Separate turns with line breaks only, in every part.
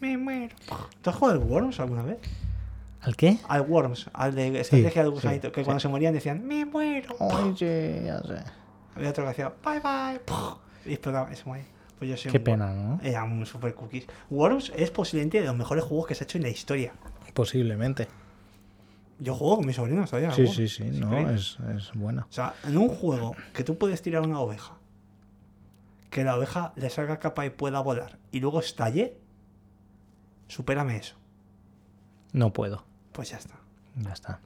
Me muero. ¿Tú has jugado al Worms alguna vez?
¿Al qué?
Al Worms, al de estrategia del gusanito,
sí,
que
sí. Oh.
cuando se morían decían, me muero.
Oye, ya sé.
Había otro que hacía, bye bye. Y explotaba, y se moría. Pues yo soy
Qué
un
pena,
Worms.
¿no?
Era un super cookies. Worms es posiblemente de los mejores juegos que se ha hecho en la historia.
Posiblemente.
Yo juego con mis sobrinos todavía. al
Sí,
Worms.
sí, sí.
Es
No,
increíble.
es, es buena.
O sea, en un juego que tú puedes tirar una oveja, que la oveja le salga capa y pueda volar, y luego estalle, supérame eso.
No puedo.
Pues ya está.
Ya está.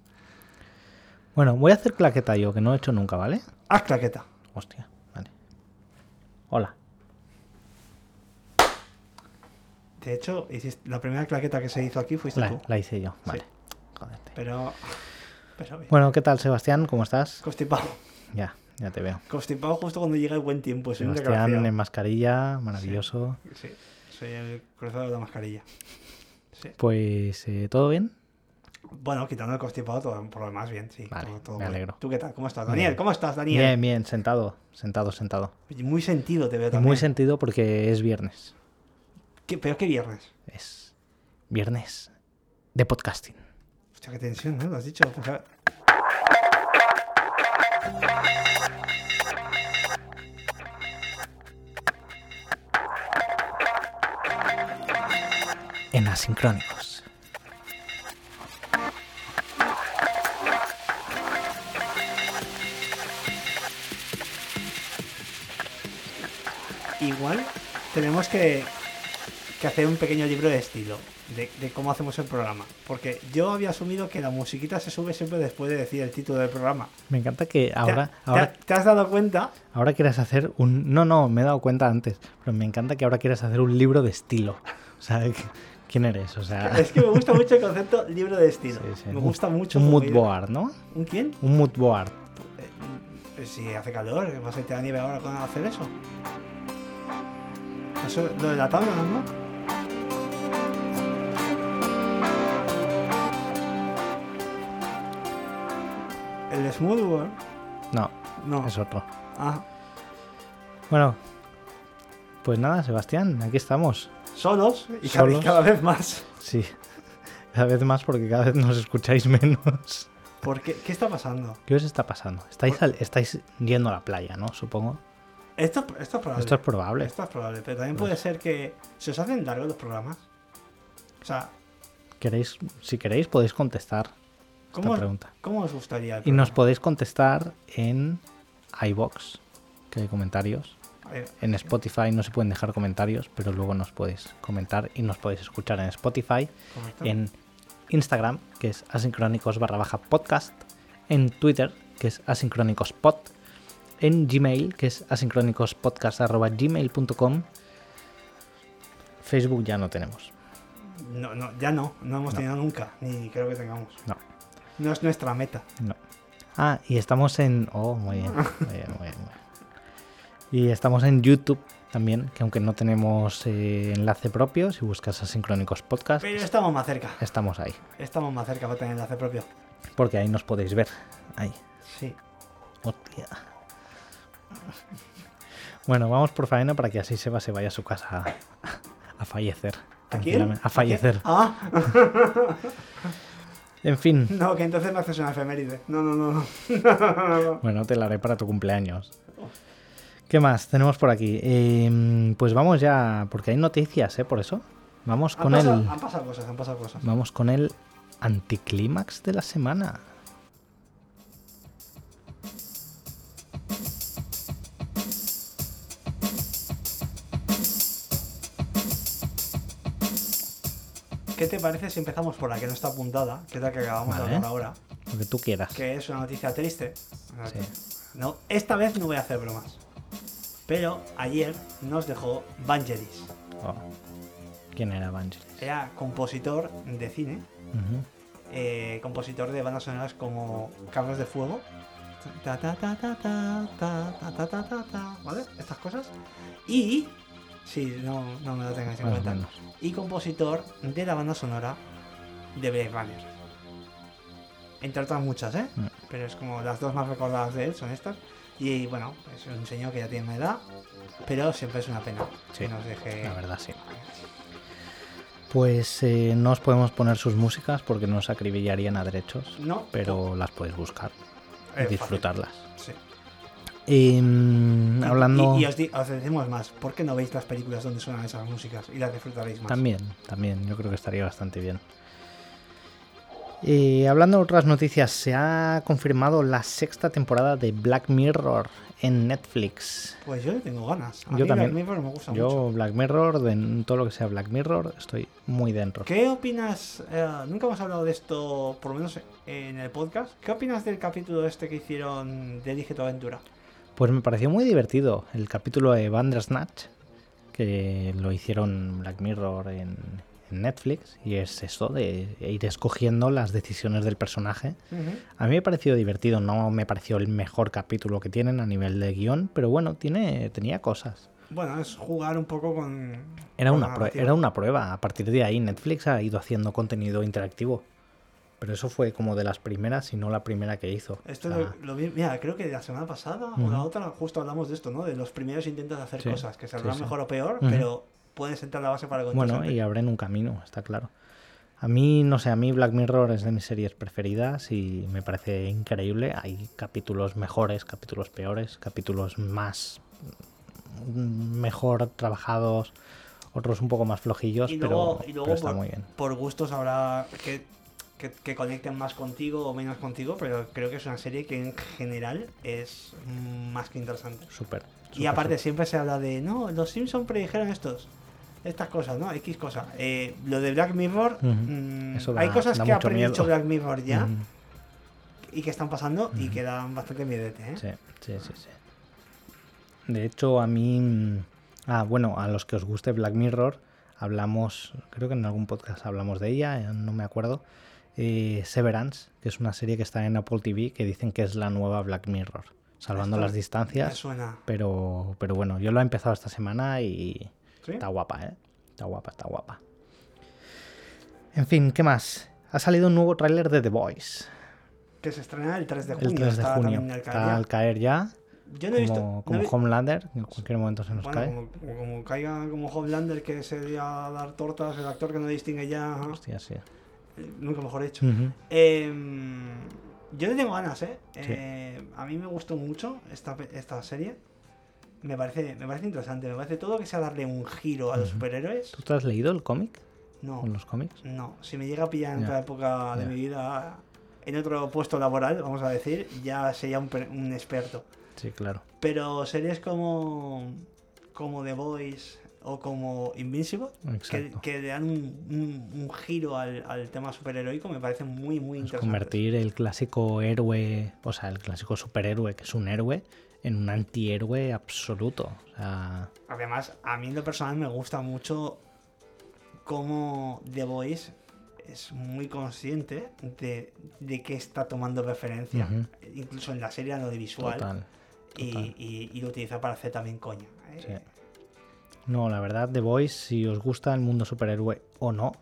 Bueno, voy a hacer claqueta yo, que no he hecho nunca, ¿vale?
Haz claqueta.
Hostia, vale. Hola.
De hecho, hiciste- la primera claqueta que se hizo aquí fuiste
La,
tú.
la hice yo, vale. Jódete.
Pero. Pero bien.
Bueno, ¿qué tal, Sebastián? ¿Cómo estás?
Constipado.
Ya, ya te veo.
Constipado justo cuando llega el buen tiempo. Soy un
Sebastián en
desgraciado.
mascarilla, maravilloso.
Sí, soy el cruzado de la mascarilla. Sí.
Pues, eh, ¿todo bien?
Bueno, quitando el constipado, todo, por lo demás, bien, sí.
Vale,
todo, todo
me
bien.
alegro.
¿Tú qué tal? ¿Cómo estás, Daniel? ¿Cómo estás, Daniel?
Bien, bien, sentado, sentado, sentado.
Muy sentido te veo también.
Muy sentido porque es viernes.
¿Qué- pero qué viernes.
Es viernes de podcasting.
Hostia, qué tensión, ¿no? Lo has dicho. O sea,
en Asincrónicos.
igual tenemos que, que hacer un pequeño libro de estilo, de, de cómo hacemos el programa. Porque yo había asumido que la musiquita se sube siempre después de decir el título del programa.
Me encanta que
¿Te ha-
ahora,
te ha-
ahora,
¿Te has dado cuenta?
ahora quieras hacer un... No, no, me he dado cuenta antes, pero me encanta que ahora quieras hacer un libro de estilo. O sea, que- ¿quién eres? O sea,
Es que me gusta mucho el concepto libro de estilo.
Ah. sí, sí.
Me
Un-
gusta mucho.
Un mood
porque-
board, ¿no?
¿Un quién?
Un mood board.
Eh, Si hace calor, va a ser te da nieve ahora con hacer eso. Eso, lo de la tabla, ¿no? El Smoothboard.
No,
No.
es otro.
Ah,
Bueno, pues nada, Sebastián, aquí estamos.
solos y cada,
Solos.
cada vez más.
Sí, cada vez más porque cada vez nos escucháis menos.
Porque, ¿Qué está pasando?
¿Qué os está pasando? Estáis, al- estáis yendo a la playa, ¿no? Supongo.
Esto, esto es probable.
Esto es probable. Pues.
Esto es probable, pero también puede ser que se os hacen largos los programas. O sea,
Queréis, si queréis, podéis contestar
¿cómo,
pregunta.
¿cómo os gustaría? el
Y nos
programa?
podéis contestar en iBox, que hay comentarios.
Eh,
En Spotify no se pueden dejar comentarios, pero luego nos podéis comentar y nos podéis escuchar en Spotify,
correcto.
en Instagram, que es asincrónicos barra baja podcast, en Twitter, que es asincrónicos pod, en Gmail, que es asincrónicospodcast arroba gmail.com. Facebook ya no tenemos.
No, no, ya no, no hemos tenido nunca, ni creo que tengamos.
No,
No es nuestra meta.
No. Ah, y estamos en. Oh, muy bien. Muy bien, muy bien, muy bien. Y estamos en YouTube también, que aunque no tenemos eh, enlace propio, si buscas Asincrónicos Podcast,
Pero estamos más cerca,
estamos ahí.
estamos más cerca para tener enlace propio.
Porque ahí nos podéis ver. Ahí.
Sí.
Hostia. Bueno, vamos por faena para que así Seba se vaya a su casa a, a fallecer.
¿A quién?
tranquilamente. A fallecer.
Ah,
En fin.
no, que entonces me haces una efeméride. No, no, no, no.
Bueno, te la haré para tu cumpleaños. ¿Qué más tenemos por aquí? Eh, pues vamos ya, porque hay noticias, ¿eh? Por eso. Vamos
Han
con
pasado,
el,
han pasado cosas, han pasado cosas.
vamos con el anticlímax de la semana.
¿Qué te parece si empezamos por la que no está apuntada, que es la que acabamos
Vale.
de hablar ahora,
Lo que tú quieras.
que es una noticia triste? Una
Sí.
noticia- No, esta vez no voy a hacer bromas. Pero ayer nos dejó Vangelis.
Oh. ¿Quién era Evangelis?
Era compositor de cine,
Ujú.
eh, compositor de bandas sonoras como Carros de Fuego. Ta, ta, ta, ta, ta, ta, ta, ta, ta, ta, ta, ¿Vale? Estas cosas. Y. Sí, no, no me lo tengáis en
Más o
cuenta.
menos.
Y compositor de la banda sonora de Blade Runner. Entre otras muchas, ¿eh?
Mm.
Pero es como las dos más recordadas de él son estas. Y bueno, es un señor que ya tiene una edad. Pero siempre es una pena
Sí,
que nos deje.
La verdad, sí. Pues eh, no os podemos poner sus músicas porque nos acribillarían a derechos,
No,
pero las podéis buscar y
eh,
disfrutarlas.
fácil, sí.
Y, mm,
Y-
hablando
Y, y os, di- os decimos más, ¿por qué no veis las películas donde suenan esas músicas y las disfrutaréis más?
también, también, yo creo que estaría bastante bien. Y hablando de otras noticias, se ha confirmado la sexta temporada de Black Mirror en Netflix.
Pues yo le tengo ganas. A
Yo
mí Black
también.
Mirror me gusta
Yo,
mucho.
Black Mirror, de todo lo que sea Black Mirror, estoy muy dentro.
¿Qué opinas? eh, nunca hemos hablado de esto, por lo menos en el podcast. ¿Qué opinas del capítulo este que hicieron de Elige tu aventura?
Pues me pareció muy divertido el capítulo de Bandersnatch, que lo hicieron Black Mirror en, en Netflix, y es eso de ir escogiendo las decisiones del personaje. A mí me pareció divertido, no me pareció el mejor capítulo que tienen a nivel de guión, pero bueno, tiene, tenía cosas.
Bueno, es jugar un poco con.
Era
con
una,
la
prue-
narrativa.
era una prueba, a partir de ahí Netflix ha ido haciendo contenido interactivo. Pero eso fue como de las primeras, si no la primera que hizo.
Esto
O sea,
lo, lo vi- mira, creo que la semana pasada o la
Ah. Ujú.
otra, justo hablamos de esto, ¿no? De los primeros intentos de hacer
Sí,
cosas, que
sí,
saldrán
sí.
mejor o peor,
Ujú.
pero pueden sentar la base para el
Bueno,
contingente.
y abren un camino, está claro. A mí, no sé, a mí Black Mirror es de mis series preferidas y me parece increíble. Hay capítulos mejores, capítulos peores, capítulos más mm, mejor trabajados, otros un poco más flojillos,
Y
pero,
luego- y luego
pero está
por-
muy bien.
Por gustos habrá que, que, que conecten más contigo o menos contigo, pero creo que es una serie que en general es más que interesante.
Súper.
y
súper,
aparte
súper.
siempre se habla de, no, los Simpsons predijeron estos, estas cosas, ¿no? X cosas. Eh, lo de Black Mirror,
Ujú.
mm,
Eso
hay
da-
cosas
da
que ha
mucho
predicho
miedo.
Black Mirror ya
Mm,
y que están pasando y
Ujú.
que dan bastante miedete, ¿eh?
Sí, sí, sí, sí. De hecho, a mí. mm, Ah, bueno, a los que os guste Black Mirror, hablamos. Creo que en algún podcast hablamos de ella, eh, no me acuerdo. eh, Severance, que es una serie que está en Apple TV que dicen que es la nueva Black Mirror, salvando
Esto
las
Me
distancias.
suena.
Pero, pero bueno, yo lo he empezado esta semana y
¿Sí?
está guapa, ¿eh? Está guapa, está guapa. En fin, ¿qué más? Ha salido un nuevo tráiler de The Voice.
Que se estrena el 3 de junio.
El 3 de
está
junio.
también en
Está
Alcalá.
al caer ya
Yo no he visto...
como,
no
como
he vi-
Homelander, que en cualquier momento se nos
Bueno,
cae.
como, como- como caiga como Homelander que se dio a dar tortas, el actor que no distingue ya,
Hostia, sí.
eh, nunca mejor hecho.
Ujú.
Em, yo le tengo ganas, ¿eh?
Sí.
Eh, a mí me gustó mucho esta, pe- esta serie. Me parece, me parece interesante, me parece todo lo que sea darle un giro a los
Ujú.
superhéroes.
¿Tú te has leído el cómic?
No,
¿O los cómics?
no. Si me llega a pillar en
Ya,
otra época de
ya.
mi vida, en otro puesto laboral, vamos a decir, ya sería un, per- un experto.
Sí, claro.
Pero series como, como The Voice o como Invincible, que,
Exacto.
que le dan un, un- un giro al, al tema superheroico, me parece muy, muy
Es
interesante.
convertir el clásico héroe, o sea, el clásico superhéroe, que es un héroe, en un antihéroe absoluto. O sea,
Además, a mí en lo personal me gusta mucho cómo The Voice es muy consciente de, de qué está tomando referencia,
Ujú.
incluso en la serie en lo visual,
total.
y,
total.
y- y lo utiliza para hacer también coña. ¿eh?
Sí. No, la verdad, The Voice, si os gusta el mundo superhéroe o no,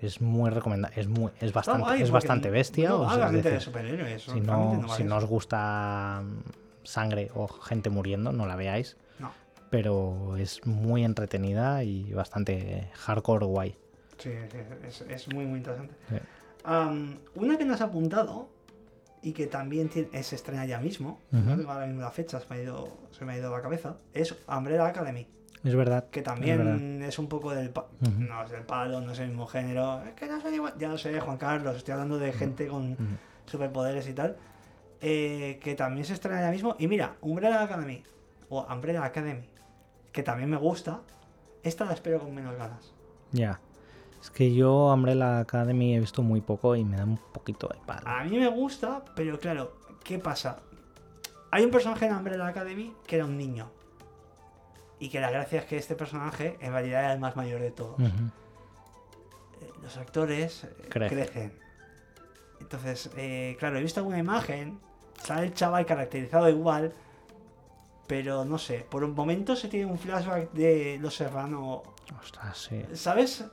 es muy recomendable. Es, muy, es
Está
bastante,
guay,
es
porque
bastante bestia.
No,
o sea,
hagas
es
gente de
decir,
superhéroes.
si
realmente
no, si
vale
no
eso.
os gusta mm, sangre o gente muriendo, no la veáis.
No,
pero es muy entretenida y bastante hardcore guay.
sí, es, es- es muy, muy interesante.
Sí.
Am, una que nos ha apuntado y que también tiene- se estrena ya mismo, no
Ujú.
tengo ahora mismo la fecha, se me, ha ido, se me ha ido la cabeza, es Umbrella Academy,
Es verdad.
que
Es
también
verdad.
es, un poco del, pa-
Ujú.
no, es del palo, no es el mismo género, es que no son igual, ya lo sé, Juan Carlos, estoy hablando de gente con
Mm.
superpoderes y tal, eh, que también se estrena ya mismo. Y mira, Umbrella Academy, o Umbrella Academy, que también me gusta, esta la espero con menos ganas.
Ya. Es que yo Umbrella Academy he visto muy poco y me da un poquito de palo.
A mí me gusta, pero claro, ¿qué pasa? Hay un personaje en Umbrella Academy que era un niño. Y que la gracia es que este personaje en realidad era el más mayor de todos.
Ujú.
Eh, Los actores eh,
Crece.
crecen. Entonces, eh, claro, he visto alguna imagen, sale el chaval caracterizado igual, pero no sé, por un momento se tiene un flashback de Los Serrano,
Ostras, sí.
¿sabes?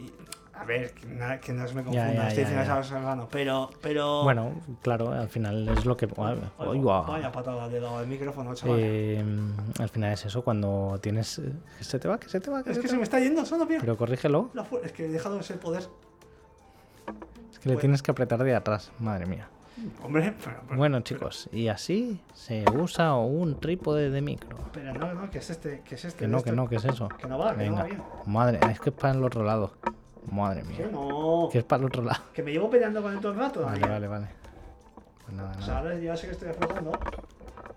Y, a ver, que no, que no se me
Ya,
confunda,
ya,
estoy
ya,
diciendo
ya.
Sao Serrano, pero, pero...
Bueno, claro, al final es lo que.
Oye,
Ay, guau.
Vaya patada de lado del micrófono, chaval.
Eh, al final es eso, cuando tienes. eh, que se te va, que se te va, que
es
se
que
te
se me está yendo solo,
va.
mira.
Pero corrígelo,
La fu- es que he dejado ese poder.
es que le
Bueno.
tienes que apretar de atrás, madre mía.
Hombre, pero, pero-
Bueno, chicos, y así se usa un trípode de micro.
pero no, no, que es este, que es este.
Que no,
este.
que no, que es eso.
Que no va, que no va
Venga,
bien.
madre, es que es para el otro lado. Madre
Que
mía,
no.
que es para el otro lado.
Que me llevo peleando con él todo el rato.
Vale,
Daniel.
vale, vale. Pues nada,
O sea,
nada.
ahora ya sé que estoy aflojando.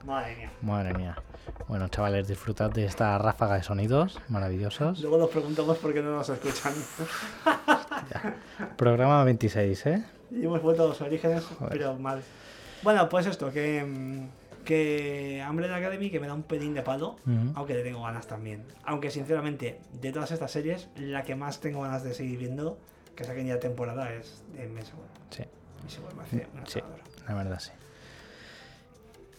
Madre mía.
Madre mía. Bueno, chavales, disfrutad de esta ráfaga de sonidos maravillosos.
Luego nos preguntamos por qué no nos escuchan.
Programa 26, ¿eh?
y hemos vuelto a los orígenes,
Joder.
pero mal. Bueno, pues esto, que. mm, Que Hambre Academy que me da un pelín de palo,
Ujú.
aunque le tengo ganas también. Aunque sinceramente, de todas estas series, la que más tengo ganas de seguir viendo, que saquen ya temporada, es de Messenger.
Sí.
Messenger me hace una
Sí,
cagadora.
la verdad sí.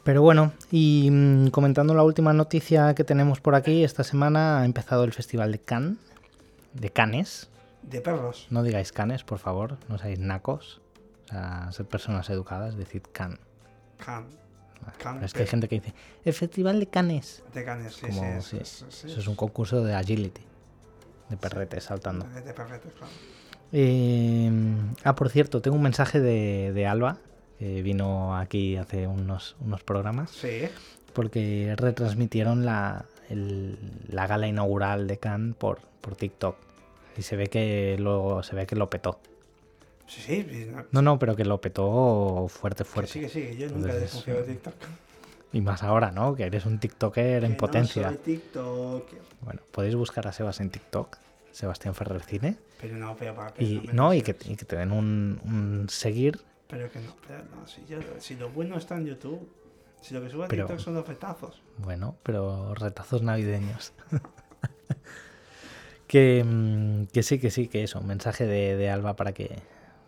Pero bueno, y mm, comentando la última noticia que tenemos por aquí, esta semana ha empezado el Festival de Cannes, de Cannes.
De perros.
No digáis Cannes, por favor, no seáis nacos. O sea, ser personas educadas, decid Cannes.
Can. Can.
Pero Mm. es que hay gente que dice, el Festival de Cannes.
De canes, sí,
Como,
sí, sí,
sí,
sí, sí.
Eso es un concurso de agility, de perretes saltando.
De perretes, claro.
Eh, ah, por cierto, tengo un mensaje de, de Alba, que vino aquí hace unos, unos programas.
Sí.
porque retransmitieron la, el- la gala inaugural de Cannes por, por TikTok. Y se ve que lo, se ve que lo petó.
Sí, sí, sí, no,
No, no, pero que lo petó fuerte,
que sí,
fuerte.
que sí, que yo nunca he
Entonces,
desconfiado de
eh,
TikTok.
Y más ahora, ¿no? Que eres un TikToker
Que
en
no
potencia.
soy TikToker.
Bueno, podéis buscar a Sebas en TikTok, Sebastián Ferrer Cine.
Pero no, pero para pero
Y
me
no, y que,
menciones.
y que te den un, un seguir.
Pero que no, pero no, si, yo, si lo bueno está en YouTube, si lo que sube a
Pero-
TikTok son los petazos.
Bueno, pero retazos navideños. que, mm, que sí, que sí, que eso. Un mensaje de, de Alba para que.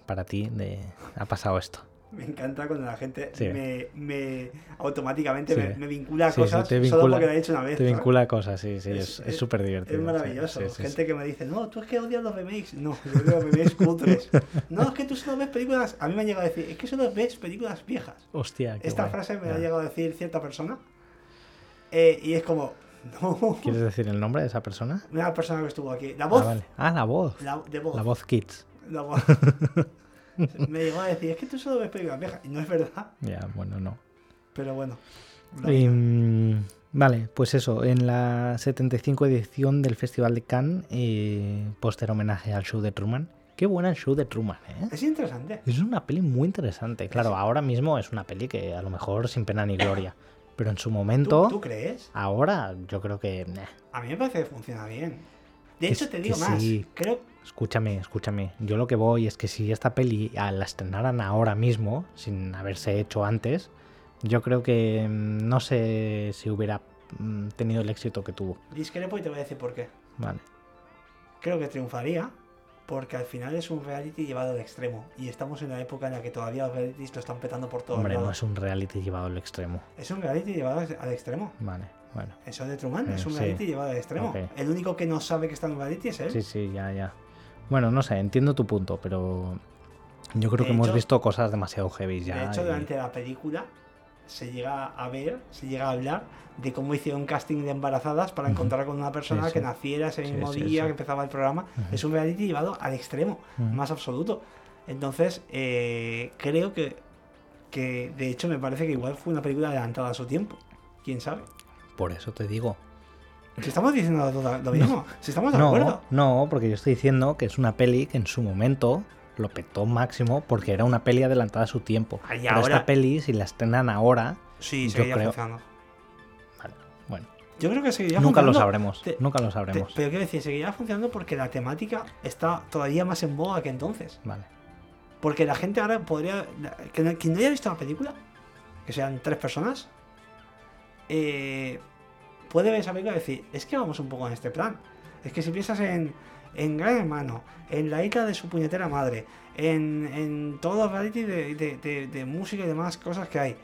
Para ti, de. Ha pasado esto.
Me encanta cuando la gente
Sí.
me, me automáticamente
Sí.
me, me vincula a
Sí, sí,
cosas
te
solo
vincula-
porque lo he dicho una vez.
Te
¿sabes?
vincula a cosas, sí, sí,
Es-
es
es-
es súper divertido.
Es
sí,
maravilloso.
sí, sí,
Gente que me dice, no, tú es que odias los remakes. No, yo odio los remakes cutres. No, es que tú solo ves películas. A mí me han llegado a decir, es que solo ves películas viejas.
sí. Hostia, Ah, qué
Esta
guay,
frase me la
ya.
ha llegado a decir cierta persona. Eh, y es como, no.
¿Quieres decir el nombre de esa persona?
Una persona que estuvo aquí. La voz.
Ah, vale. Ah, la voz.
La, de voz.
La voz Kids.
La voz. me llegó a decir, es que tú solo ves películas viejas. Y no es verdad,
Ya, bueno, no.
pero bueno.
Y, mm, vale, pues eso, en la 75 edición del Festival de Cannes, eh, póster homenaje al show de Truman. Qué buena el show de Truman, ¿eh?
Es interesante.
Es una peli muy interesante. Claro, ahora mismo es una peli que a lo mejor sin pena ni gloria. Pero en su
¿Tú,
momento,
tú crees?
ahora yo creo que... eh, meh.
A mí me parece que funciona bien. De
Que
hecho,
s-
te
que
digo más.
sí.
Creo
Escúchame, escúchame. Yo lo que voy es que si esta peli a- la estrenaran ahora mismo, sin haberse hecho antes, yo creo que mm, no sé si hubiera mm, tenido el éxito que tuvo.
discrepo y te voy a decir por qué.
Vale.
creo que triunfaría porque al final es un reality llevado al extremo y estamos en la época en la que todavía los realities lo están petando por todos
Hombre, no
lados.
es un reality llevado al extremo.
Es un reality llevado al extremo.
Vale, bueno.
Eso de Truman es
Eh,
un
sí.
reality llevado al extremo.
Ok.
El único que no sabe que está en un reality es él.
Sí, sí, ya, ya. Bueno, no sé, entiendo tu punto, pero yo
De
creo que hemos
hecho-
visto cosas demasiado heavy ya.
de hecho,
y-
durante la película se llega a ver, se llega a hablar de cómo hicieron casting de embarazadas para
Ujú.
encontrar con una persona
sí.
que naciera ese
Sí,
mismo
sí,
día
sí.
que empezaba el programa.
Ujú.
Es un reality llevado al extremo.
Mm.
más absoluto. Entonces, eh, creo que, que, de hecho, me parece que igual fue una película adelantada a su tiempo. ¿Quién sabe?
Por eso te digo.
Si estamos diciendo lo, lo mismo, si estamos de
No,
acuerdo.
no, porque yo estoy diciendo que es una peli que en su momento lo petó máximo porque era una peli adelantada a su tiempo.
Ah, y
Pero
ahora-
esta peli, si la estrenan ahora,
Sí,
Yo
seguiría
creo-
funcionando.
vale, bueno,
Yo creo que seguiría
nunca lo
funcionando.
sabremos,
Te-
nunca lo
Te-
sabremos.
pero quiero decir, seguirá funcionando porque la temática está todavía más en boga que entonces.
Vale,
Porque la gente ahora podría. la- Que no, quien no haya visto la película, que sean tres personas, eh, puede ver esa película y decir: Es que vamos un poco en este plan. Es que si piensas en, en Gran Hermano, en la isla de su puñetera madre, en, en todos los reality de, de- de- de música y demás cosas que hay,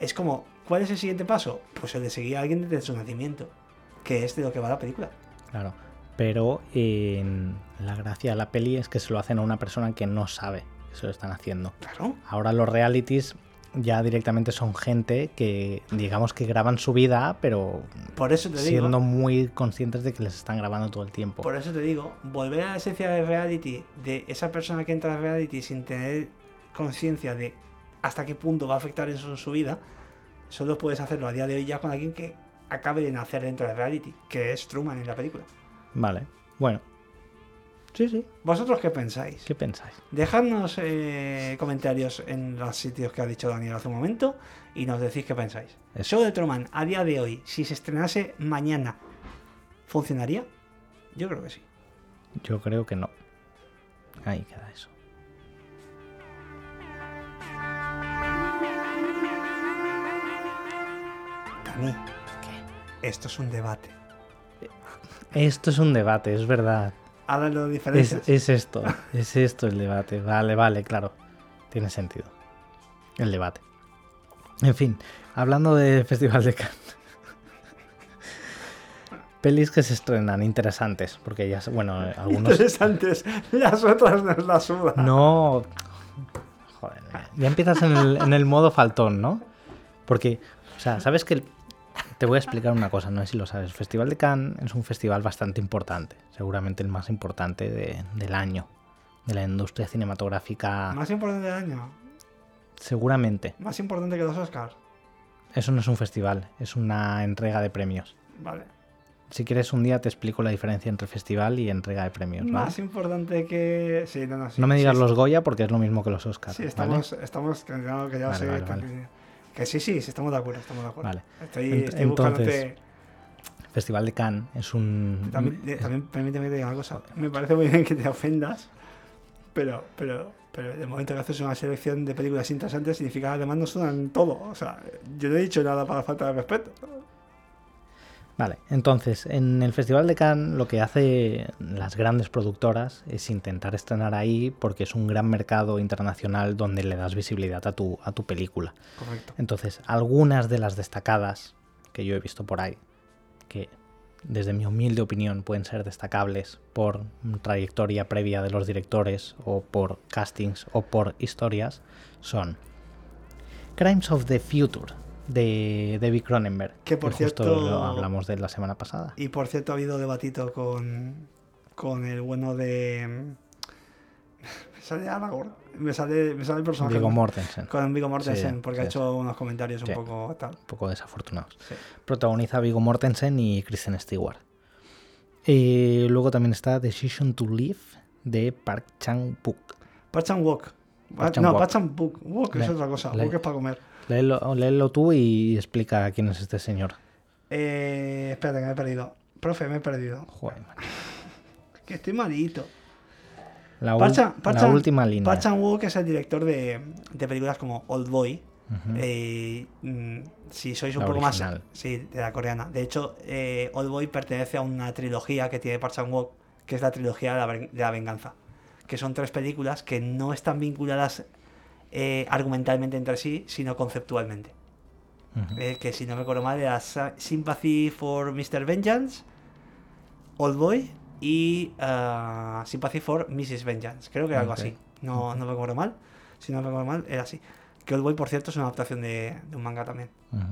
es como: ¿cuál es el siguiente paso? Pues el de seguir a alguien desde su nacimiento, que es de lo que va la película.
claro. Pero eh, la gracia de la peli es que se lo hacen a una persona que no sabe que se lo están haciendo.
Claro.
Ahora los realities ya directamente son gente que digamos que graban su vida, pero
Por eso te digo.
siendo muy conscientes de que les están grabando todo el tiempo.
Por eso te digo, volver a la esencia del reality, de esa persona que entra al reality sin tener conciencia de hasta qué punto va a afectar eso en su vida, solo puedes hacerlo a día de hoy ya con alguien que acabe de nacer dentro del reality, que es Truman en la película.
Vale. Bueno. Sí, sí.
¿Vosotros qué pensáis?
¿Qué pensáis?
Dejadnos eh, comentarios en los sitios que ha dicho Daniel hace un momento y nos decís qué pensáis. El
Eso.
show de Truman, a día de hoy, si se estrenase mañana, ¿funcionaría? Yo creo que sí.
Yo creo que no. Ahí queda eso.
Dani, esto es un debate.
Esto es un debate, es verdad.
Ahora lo
Es,
diferencias.
es esto, es esto el debate. Vale, vale, claro. Tiene sentido. El debate. En fin, hablando de Festival de Cannes. Pelis que se estrenan, interesantes, porque ya, se- bueno, algunos...
Interesantes, las otras nos las sudan.
No... Joder, ya empiezas en el, en el modo faltón, ¿no? Porque, o sea, sabes que... el- Te voy a explicar una cosa, no sé si lo sabes. El Festival de Cannes es un festival bastante importante, seguramente el más importante de- del año, de la industria cinematográfica.
Más importante del año.
Seguramente.
Más importante que los Oscars.
Eso no es un festival, es una entrega de premios.
Vale.
Si quieres un día te explico la diferencia entre festival y entrega de premios, ¿vale?
Más importante que. Sí, no, no, sí,
no me
sí,
digas
sí.
los Goya porque es lo mismo que los Oscars,
Sí,
¿vale?
estamos, estamos que ya, que ya
Vale,
sé
vale,
tan- Que sí, sí, sí, estamos de acuerdo, estamos de acuerdo.
Vale.
Estoy,
Ent-
estoy buscándote.
entonces, mm, eh. Festival de Cannes es un
También, de- también permíteme que te diga una cosa. Me parece muy bien que te ofendas, pero, pero, pero de momento que haces una selección de películas interesantes significa que además no suenan todo. O sea, yo no he dicho nada para falta de respeto.
Vale, entonces, en el Festival de Cannes lo que hace las grandes productoras es intentar estrenar ahí porque es un gran mercado internacional donde le das visibilidad a tu, a tu película.
Correcto.
Entonces, algunas de las destacadas que yo he visto por ahí, que desde mi humilde opinión pueden ser destacables por trayectoria previa de los directores o por castings o por historias, son Crimes of the Future de David Cronenberg,
Que, por
justo
cierto-
lo hablamos de él la semana pasada.
Y por cierto, ha habido debatito con, con el bueno de. Me sale Aragorn. Me sale, me sale el personaje.
Viggo Mortensen, un
Con Vigo Mortensen, porque ha
sí.
hecho unos comentarios
Sí.
un poco tal.
poco desafortunados.
Sí.
Protagoniza Viggo Mortensen y Kristen Stewart. Eh, luego también está Decision to Live de Park Chang-wook.
Patch and Walk.
Patch and
no,
Walk.
Patch and Book. Walk es
Le-
otra cosa.
le-
Walk es para comer.
Léelo, léelo tú y explica quién es este señor.
Eh, espérate, que me he perdido. Profe, me he perdido.
Joder, macho.
Que estoy malito.
la, ul-
Parcha-
la
Parcha-
última línea.
Patch and Walk es el director de, de películas como Old Boy.
Ujú.
Eh, mm, si sois un
La
poco
original.
más. Sí, de la coreana. De hecho, eh, Old Boy pertenece a una trilogía que tiene Park and Walk, que es la trilogía de la, ven- de la venganza. Que son tres películas que no están vinculadas eh, argumentalmente entre sí, sino conceptualmente.
Ujú.
Eh, que si no me acuerdo mal, era Sa- Sympathy for Mr. Vengeance, Old Boy y ah, Sympathy for Mrs. Vengeance. Creo que era algo
Ok.
así. No, no me acuerdo mal. Si no me acuerdo mal, era así. Que Old Boy, por cierto, es una adaptación de, de un manga también.
Ujú.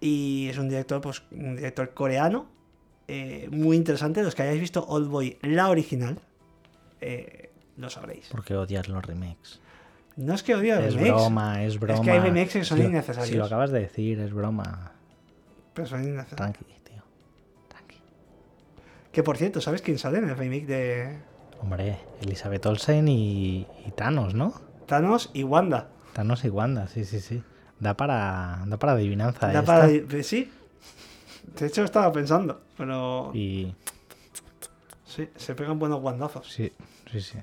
Y es un director, pues, un director coreano. eh, muy interesante. Los que hayáis visto Old Boy, la original, eh, lo sabréis.
Porque odias los remakes.
No es que odie a
es
remakes,
broma, es broma.
hay remakes que son
Si lo-
innecesarios.
Si lo acabas de decir, es broma.
pero son innecesarios.
Tranqui, tío. Tranqui.
Que por cierto, ¿sabes quién sale en el remake de
Hombre, Elizabeth Olsen y, y Thanos, ¿no?
Thanos y Wanda?
Thanos y Wanda, sí, sí, sí. Da para, da para adivinanza.
Da
esta.
para- pues sí. De hecho, estaba pensando, pero
Y
sí, se pegan buenos guandazos.
Sí, sí, sí.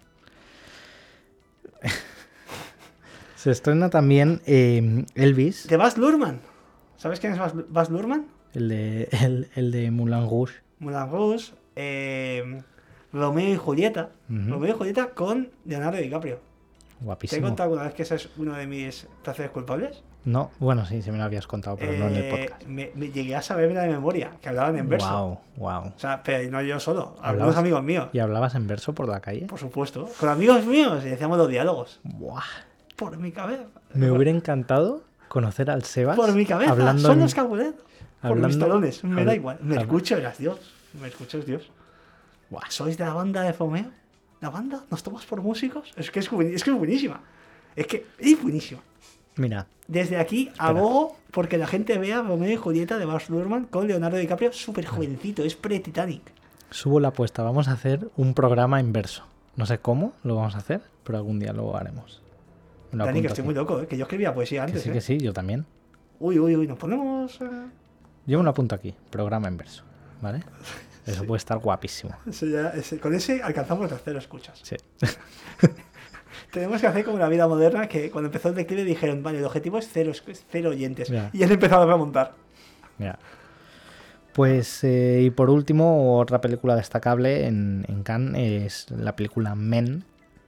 Se estrena también eh, Elvis,
De Baz Luhrmann. ¿Sabes quién es Baz, Baz Luhrmann?
el de, el, el de Moulin Rouge.
Moulin Rouge, eh, Romeo y Julieta.
Ujú.
Romeo y Julieta con Leonardo DiCaprio. ¿Te he
Guapísimo.
contado alguna vez que ese es uno de mis placeres culpables?
No, bueno, sí, sí me lo habías contado, pero no en el
Eh,
podcast.
me, me llegué a saberme de memoria, que hablaban en verso.
Wow, wow.
O sea, pero no yo solo, algunos
Hablabas-
amigos míos,
¿Y hablabas en verso por la calle?
por supuesto. Con amigos míos y decíamos los diálogos.
Buah.
Por mi cabeza.
Me hubiera encantado conocer al Sebas.
Por mi cabeza.
Hablando
Son
en-
los Capulet. Por mis
hablando-
talones. Me da
habl-
igual. Me
habl-
escucho, eras Dios. Me escuchas, Dios.
Buah.
¿Sois de la banda de Fomeo? ¿La banda? ¿Nos tomas por músicos? Es que es, buen- es que es buenísima. Es que es buenísima.
Mira,
Desde aquí abogo porque la gente vea Romeo y Julieta de Baz Luhrmann con Leonardo DiCaprio súper jovencito. Es pre-Titanic.
subo la apuesta. Vamos a hacer un programa en verso. No sé cómo lo vamos a hacer, pero algún día lo haremos. Me lo
Dani, que
apunto
estoy
aquí.
muy loco, ¿eh? que yo escribía poesía
Que
antes.
sí, que
¿eh?
sí, yo también.
Uy, uy, uy, nos ponemos. eh,
Yo me lo apunto aquí, programa en verso, ¿vale? Eso puede estar guapísimo.
ese ya- ese- con ese alcanzamos las cero escuchas.
Sí.
Tenemos que hacer como la vida moderna, que cuando empezó el declive dijeron, vale, el objetivo es cero, esc- cero oyentes.
Ya.
Y han empezado a remontar.
Mira. Pues, eh, y por último, otra película destacable en, en Cannes es la película Men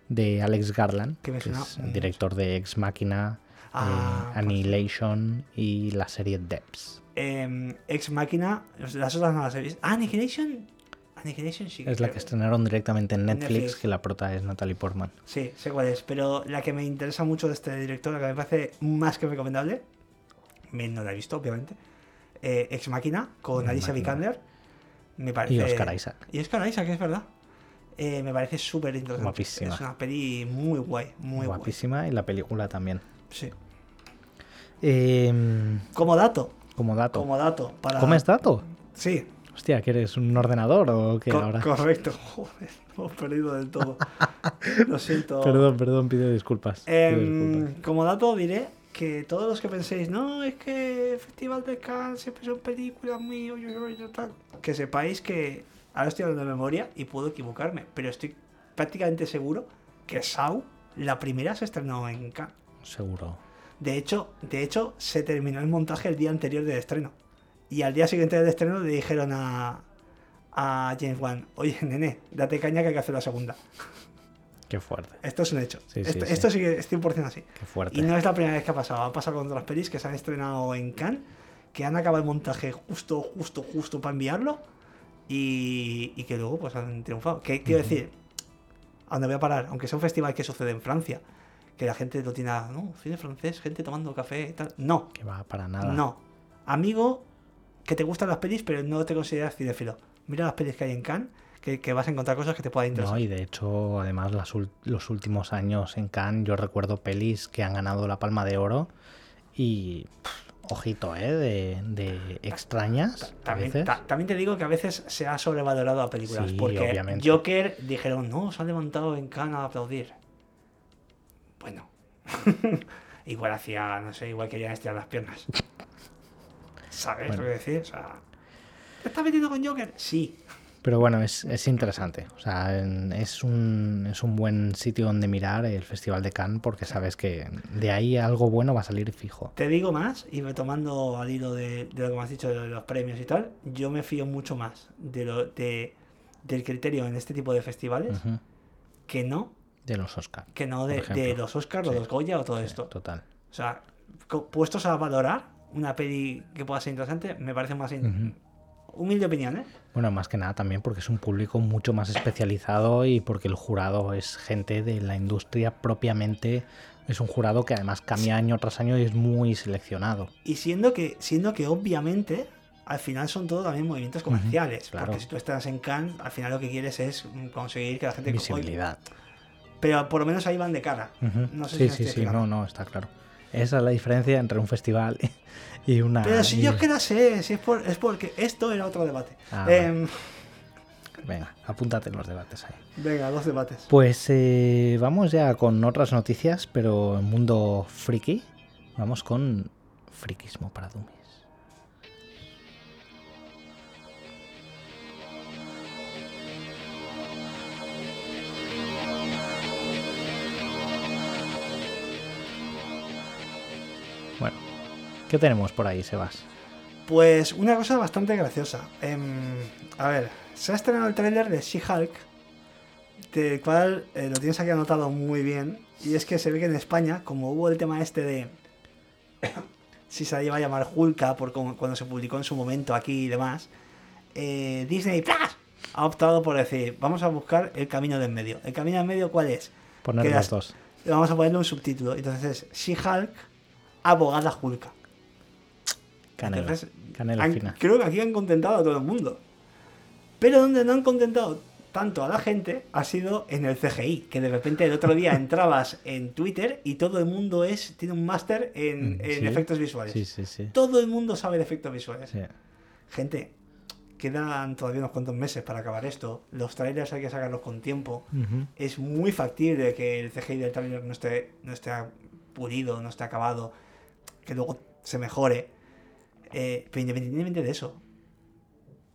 de Alex Garland,
Que me suena
es
mucho.
director de Ex Machina,
Ah,
eh, Annihilation y la serie Depths.
Em, Ex Máquina, las otras no las he visto. Ah, Annihilation. Annihilation sí.
Es la
creo.
que estrenaron directamente en Netflix,
Netflix.
que la prota es Natalie Portman.
Sí, sé cuál es, pero la que me interesa mucho de este director, la que me parece más que recomendable, me- no la he visto, obviamente, eh, Ex Máquina, con
Ex
Alicia
Machina.
Vikander, me parece...
Y Oscar Isaac.
Y Oscar Isaac, es verdad. Eh, me parece súper interesante.
Guapísima.
Es una peli muy guay, muy
Guapísima y la película también.
guay. Sí.
Eh,
Como dato,
como dato.
como dato. Para...
¿Comes dato?
Sí,
Hostia, ¿que eres un ordenador o qué
co-
ahora?
correcto. Joder, lo he perdido del todo. Lo siento.
Perdón, perdón, pido disculpas. pido
Em,
disculpas.
como dato diré que todos los que penséis, no, es que Festival de Cannes siempre son películas muy... uy, uy, uy, uy", tal", Que sepáis que ahora estoy hablando de memoria y puedo equivocarme, pero estoy prácticamente seguro que Sau, la primera, se estrenó en Cannes.
Seguro.
De hecho, de hecho, se terminó el montaje el día anterior del estreno. Y al día siguiente del estreno le dijeron a, a James Wan, oye, nene, date caña que hay que hacer la segunda.
Qué fuerte,
Esto es un hecho.
Sí, sí,
esto,
sí.
esto sí que es 100% así.
qué fuerte.
Y no es la primera vez que ha pasado, ha pasado con otras pelis que se han estrenado en Cannes, que han acabado el montaje justo, justo, justo para enviarlo y, y que luego pues han triunfado. Que quiero decir, a dónde voy a parar, aunque sea un festival que sucede en Francia, que la gente lo tiene, a, no, cine francés, gente tomando café y tal. No,
Que va para nada.
no. Amigo, que te gustan las pelis pero no te consideras cinefilo. Mira las pelis que hay en Cannes, que, que vas a encontrar cosas que te puedan interesar.
No, y de hecho, además, las ul- los últimos años en Cannes, yo recuerdo pelis que han ganado la Palma de Oro y. pff, ojito, ¿eh? De, de extrañas. a
También,
veces.
ta- también te digo que a veces se ha sobrevalorado a películas.
Sí,
porque
obviamente.
Joker dijeron, no, se han levantado en Cannes a aplaudir. Bueno. igual hacía, no sé, igual querían estirar las piernas. ¿Sabes
Bueno.
lo que decir? O sea, ¿Te estás metiendo con Joker? Sí.
Pero bueno, es, es interesante. O sea, en- es un, es un buen sitio donde mirar el Festival de Cannes porque sabes que de ahí algo bueno va a salir fijo.
Te digo más, y retomando al hilo de, de lo que me has dicho de los premios y tal, yo me fío mucho más de lo, de, del criterio en este tipo de festivales
Ujú.
que no
De los Oscar.
que no de,
Por ejemplo.
de los Oscars o
Sí.
los Goya o todo
Sí,
esto.
Total.
O sea, co- puestos a valorar una peli que pueda ser interesante, me parece más... in-
Ujú.
Humilde opinión, ¿eh?
Bueno, más que nada también porque es un público mucho más especializado y porque el jurado es gente de la industria propiamente. Es un jurado que además cambia año tras año y es muy seleccionado.
Y siendo que, siendo que obviamente al final son todo también movimientos comerciales.
claro.
Porque si tú estás en Cannes, al final lo que quieres es mm, conseguir que la gente...
Visibilidad.
Pero por lo menos ahí van de cara.
Ujú.
No sé si
sí,
me
sí,
estoy
sí,
explicando.
no, no, está claro. Esa es la diferencia entre un festival y una...
Pero si
y-
yo es que la sé, si es, por- es porque esto era otro debate.
Ah,
Em,
Venga, apúntate los debates ahí.
Venga, dos debates.
Pues eh, vamos ya con otras noticias, pero en mundo friki, vamos con friquismo para dummies. Bueno, ¿qué tenemos por ahí, Sebas?
Pues una cosa bastante graciosa. Em, a ver, se ha estrenado el tráiler de She-Hulk, del cual eh, lo tienes aquí anotado muy bien. Y es que se ve que en España, como hubo el tema este de si se iba a llamar Hulka por como- cuando se publicó en su momento aquí y demás, eh, Disney Plus ha optado por decir, vamos a buscar el camino del medio. ¿El camino del medio cuál es?
Poner
Que
las
las-
dos.
Le vamos a ponerle un subtítulo. Entonces es She-Hulk, abogada Hulka.
Canela.
Entonces,
Canela
han-
fina.
Creo que aquí han contentado a todo el mundo. Pero donde no han contentado tanto a la gente ha sido en el CGI, que de repente el otro día entrabas en Twitter y todo el mundo es tiene un máster en,
Mm,
en
sí.
efectos visuales.
Sí, sí, sí.
Todo el mundo sabe de efectos visuales.
Sí.
Gente, quedan todavía unos cuantos meses para acabar esto. Los trailers hay que sacarlos con tiempo.
Ujú.
Es muy factible que el CGI del trailer no esté, no esté pulido, no esté acabado, que luego se mejore. Eh, pero independientemente de eso,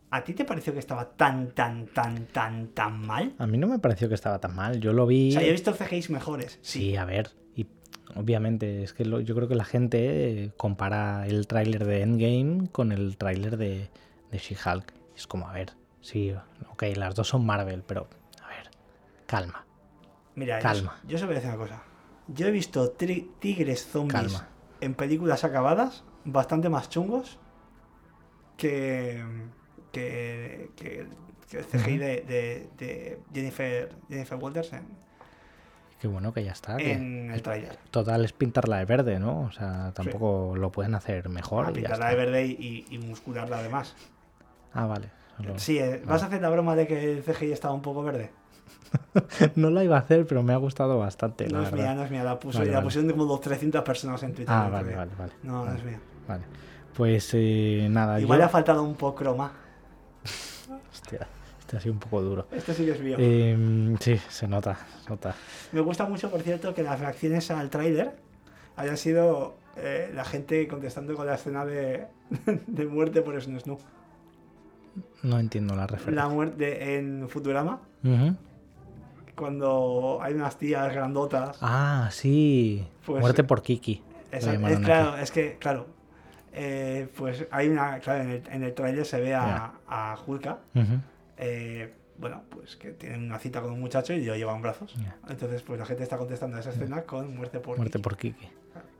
¿a ti te pareció que estaba tan, tan, tan, tan, tan mal?
A mí no me pareció que estaba tan mal. Yo lo vi.
O sea, yo he visto CGIs mejores.
Sí, a ver. Y obviamente, es que lo- yo creo que la gente eh, compara el tráiler de Endgame con el tráiler de, de She-Hulk. Es como, a ver, sí, ok, las dos son Marvel, pero, a ver, calma,
Mira,
Calma.
Yo, yo solo voy a decir una cosa. Yo he visto tri- tigres zombies
Calma.
en películas acabadas bastante más chungos que. que. que, que el CGI de, de- de Jennifer, Jennifer Walters en,
qué bueno que ya Ah, está. que-
en el tráiler.
Total es pintarla de verde, ¿no? O sea, tampoco lo pueden hacer mejor.
A
y Oh, ya
pintarla de
está.
verde y, y muscularla además.
Ah, vale. solo-
Sí, eh, ¿vas a hacer la broma de que el CGI estaba un poco verde?
no la iba a hacer, pero me ha gustado bastante, la
No es
verdad.
mía, no es mía. La, puso,
Vale,
la
vale.
pusieron como 300 personas en Twitter. el
Ah,
otro
vale,
día.
vale, vale.
No, no
vale,
es mía.
vale. Pues eh, nada,
Igual le
yo...
ha faltado un poco croma.
Hostia, este ha sido un poco duro.
Este sí que es mío.
Eh, sí, se nota, se nota.
Me gusta mucho, por cierto, que las reacciones al tráiler hayan sido eh, la gente contestando con la escena de, de muerte por Snow Snow.
No entiendo la referencia.
La muerte en Futurama,
Ujú.
cuando hay unas tías grandotas.
Ah, sí.
Pues-
Muerte por Kiki. lo
Esa- es,
llamaron aquí.
claro, es que, claro, eh, pues hay una, claro, en el, en el tráiler se ve a,
Ya.
a Hulka,
Ujú.
eh, bueno, pues que tiene una cita con un muchacho y lo lleva en brazos.
Ya.
Entonces, pues la gente está contestando a esa escena con muerte por
Mm. Muerte
Kiki.
por Kiki.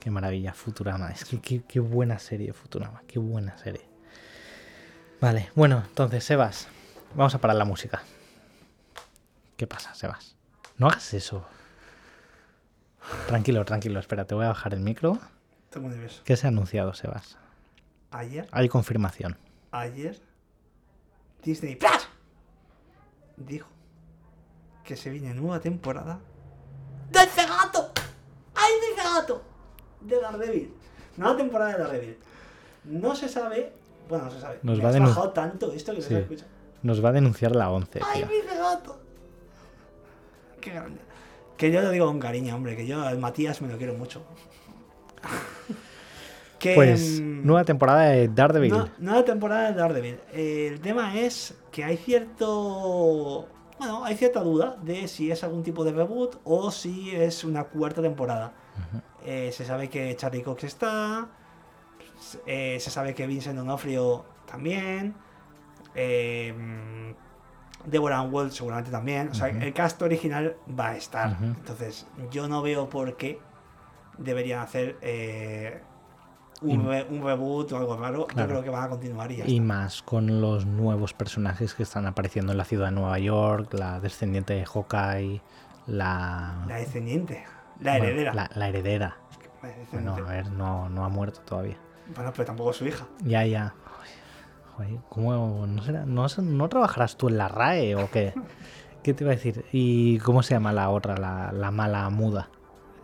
Qué maravilla, Futurama. Es que qué, qué buena serie, Futurama. Qué buena serie. Vale, bueno, entonces, Sebas, vamos a parar la música. ¿Qué pasa, Sebas? No hagas eso. Tranquilo, tranquilo, espera, te voy a bajar el micro.
Estoy muy nervioso.
¿Qué se ha anunciado, Sebas?
Ayer
Hay confirmación.
ayer Disney Plus dijo que se viene nueva temporada del cegato. ¡Ay, del cegato! De Daredevil. Nueva temporada de Daredevil. No se sabe. Bueno, no se sabe.
Nos
Me
va
has
de nu-
bajado tanto esto que no
Sí.
se escucha.
Nos va a denunciar la 11,
¡Ay,
tío.
mi cegato! Qué grande. Que yo lo digo con cariño, hombre. Que yo al Matías me lo quiero mucho. que,
Pues,
mm,
nueva temporada de Daredevil.
no, nueva temporada de Daredevil. Eh, El tema es que hay cierto. Bueno, hay cierta duda de si es algún tipo de reboot o si es una cuarta temporada. Eh, se sabe que Charlie Cox está. s- eh, se sabe que Vincent Onofrio también. eh, mm, Deborah Ann Weld seguramente también. O sea,
Ujú.
el cast original va a estar.
Ujú.
Entonces, yo no veo por qué deberían hacer eh, un,
Y-
re- un reboot o algo raro.
Claro.
Yo creo que van a continuar y ya
Y
está.
más con los nuevos personajes que están apareciendo en la ciudad de Nueva York, la descendiente de Hawkeye, la...
La descendiente. La
bueno,
heredera.
la, la heredera.
La descendiente.
Bueno, eh. a
Bueno,
ver, no, no ha muerto todavía.
pero tampoco su hija.
Ya, ya. Joder, ¿cómo no, será- no, se- no trabajarás tú en la RAE o qué? ¿Qué te iba a decir? ¿Y cómo se llama la otra, la, la mala muda?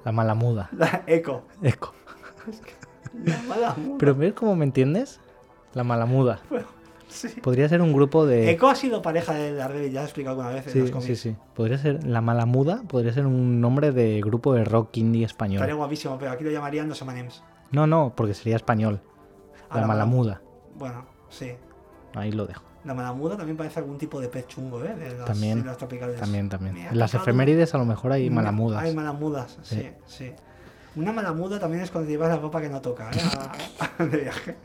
La mala muda.
La Eco.
Eco.
La mala muda.
Pero ¿ves cómo me entiendes? La mala muda.
Bueno, sí.
Podría ser un grupo de...
Eco ha sido pareja de Daredevil, ya lo he explicado alguna vez en
Eh. Sí,
los cómics.
sí, sí. Podría ser La Mala Muda, podría ser un nombre de grupo de rock indie
Estaría
español.
guapísimo, pero aquí lo llamarían los Amanems.
No, no, porque sería español.
Ah,
La
la Mala-
Mala Muda.
Bueno, sí.
Ahí lo dejo.
La malamuda también parece algún tipo de pez chungo, ¿eh? De las
También,
islas tropicales.
También, también.
Me ha
En las
tocado-
efemérides a lo mejor hay
Una-
malamudas.
Hay malamudas, sí, sí. Una malamuda también es cuando llevas la ropa que no toca, ¿eh? A- a- de viaje.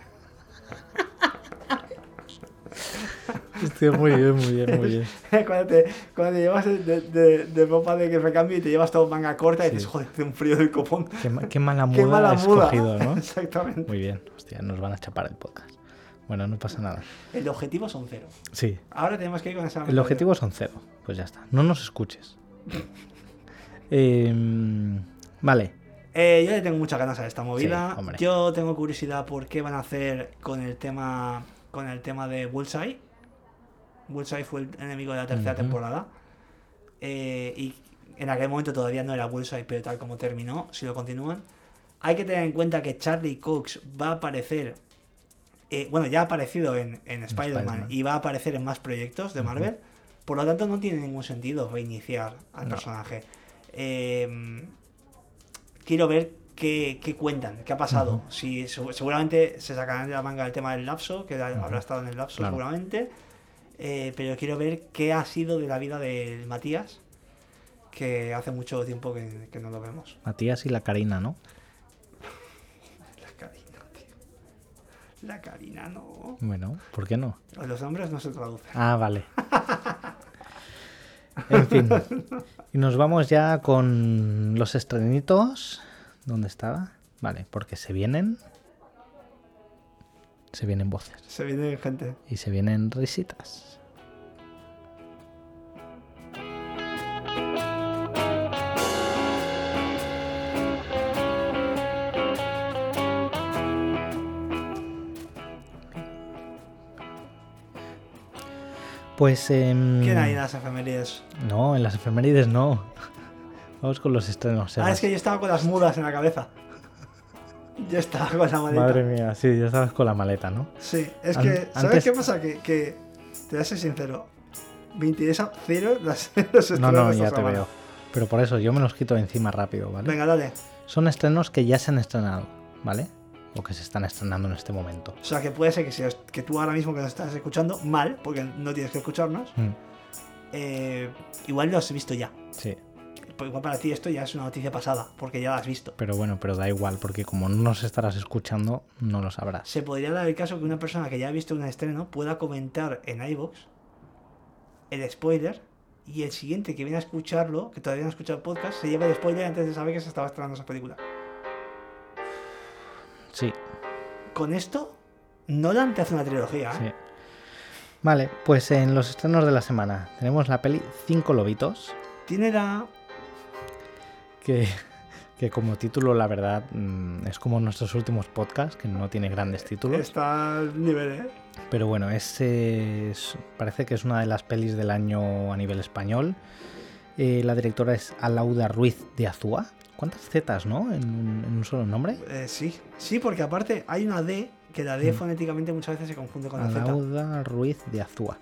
Estoy muy bien, muy bien, muy bien.
cuando, te, cuando te llevas de, de, de ropa de que recambio y te llevas todo manga corta y
Sí.
dices, joder, hace un frío del copón.
Qué, ma- qué mala muda
Qué mala
has
muda.
cogido, ¿no?
Exactamente.
Muy bien, hostia, nos van a chapar el podcast. Bueno, no pasa nada.
El objetivo son cero.
Sí,
Ahora tenemos que ir con esa.
el objetivo son cero. Pues ya está, no nos escuches. Em, vale,
Eh, yo le tengo muchas ganas a esta movida.
Sí, hombre.
yo tengo curiosidad por qué van a hacer con el tema con el tema de Bullseye. Bullseye fue el enemigo de la tercera
Ujú.
temporada. Eh, y en aquel momento todavía no era Bullseye, pero tal como terminó, si lo continúan. Hay que tener en cuenta que Charlie Cox va a aparecer. eh, bueno, ya ha aparecido en, en Spider-Man
Spider-Man.
y va a aparecer en más proyectos de
Ujú.
Marvel. Por lo tanto, no tiene ningún sentido reiniciar al
No.
personaje. Eh, quiero ver qué, qué cuentan, qué ha pasado.
Ujú.
Si su- seguramente se sacarán de la manga el tema del lapso, que ha- habrá estado en el lapso
Claro.
seguramente. Eh, pero quiero ver qué ha sido de la vida del Matías, que hace mucho tiempo que, que no lo vemos.
Matías y la Karina, ¿no?
La Karina, tío. La Karina, no.
Bueno, ¿por qué no?
Los nombres no se traducen.
Ah, vale. En fin. Y nos vamos ya con los estrenitos. ¿Dónde estaba? Vale, porque se vienen. Se vienen voces.
Se viene gente.
Y se vienen risitas. Pues. em,
¿Quién hay en las efemérides?
no, en las efemérides no. Vamos con los estrenos.
Ah,
Sebas.
es que yo estaba con las mudas en la cabeza. Yo estaba con la maleta.
Madre mía, sí, ya estabas con la maleta, ¿no?
Sí, es
An-
que, ¿sabes
antes-
qué pasa? Que, que te voy a ser sincero, me interesa cero las, los
No,
estrenos
no,
de esta
ya te
semana.
veo. Pero por eso yo me los quito de encima rápido, ¿vale?
Venga, dale.
Son estrenos que ya se han estrenado, ¿vale? O que se están estrenando en este momento.
O sea, que puede ser que, si os- que tú ahora mismo que nos estás escuchando mal, porque no tienes que escucharnos,
Mm,
eh, igual lo has visto ya.
Sí,
Pues Igual para ti esto ya es una noticia pasada, porque ya la has visto.
pero bueno, pero da igual, porque como no nos estarás escuchando, no lo sabrás.
Se podría dar el caso que una persona que ya ha visto un estreno pueda comentar en iVoox el spoiler y el siguiente que viene a escucharlo, que todavía no ha escuchado el podcast, se lleva el spoiler antes de saber que se estaba estrenando esa película.
Sí,
con esto, Nolan te hace una trilogía. ¿eh?
sí. Vale, pues en los estrenos de la semana tenemos la peli Cinco Lobitos,
Tiene la.
que, que como título, la verdad, mm, es como nuestros últimos podcasts, que no tiene grandes títulos.
Está al nivel, ¿eh?
Pero bueno, es, eh, es- parece que es una de las pelis del año a nivel español. Eh, la directora es Alauda Ruiz de Azúa. ¿Cuántas Zetas, no? En un, en un solo nombre.
Eh, Sí, sí, porque aparte hay una D que la D
Mm.
fonéticamente muchas veces se confunde con la Z.
Alauda Ruiz de Azúa.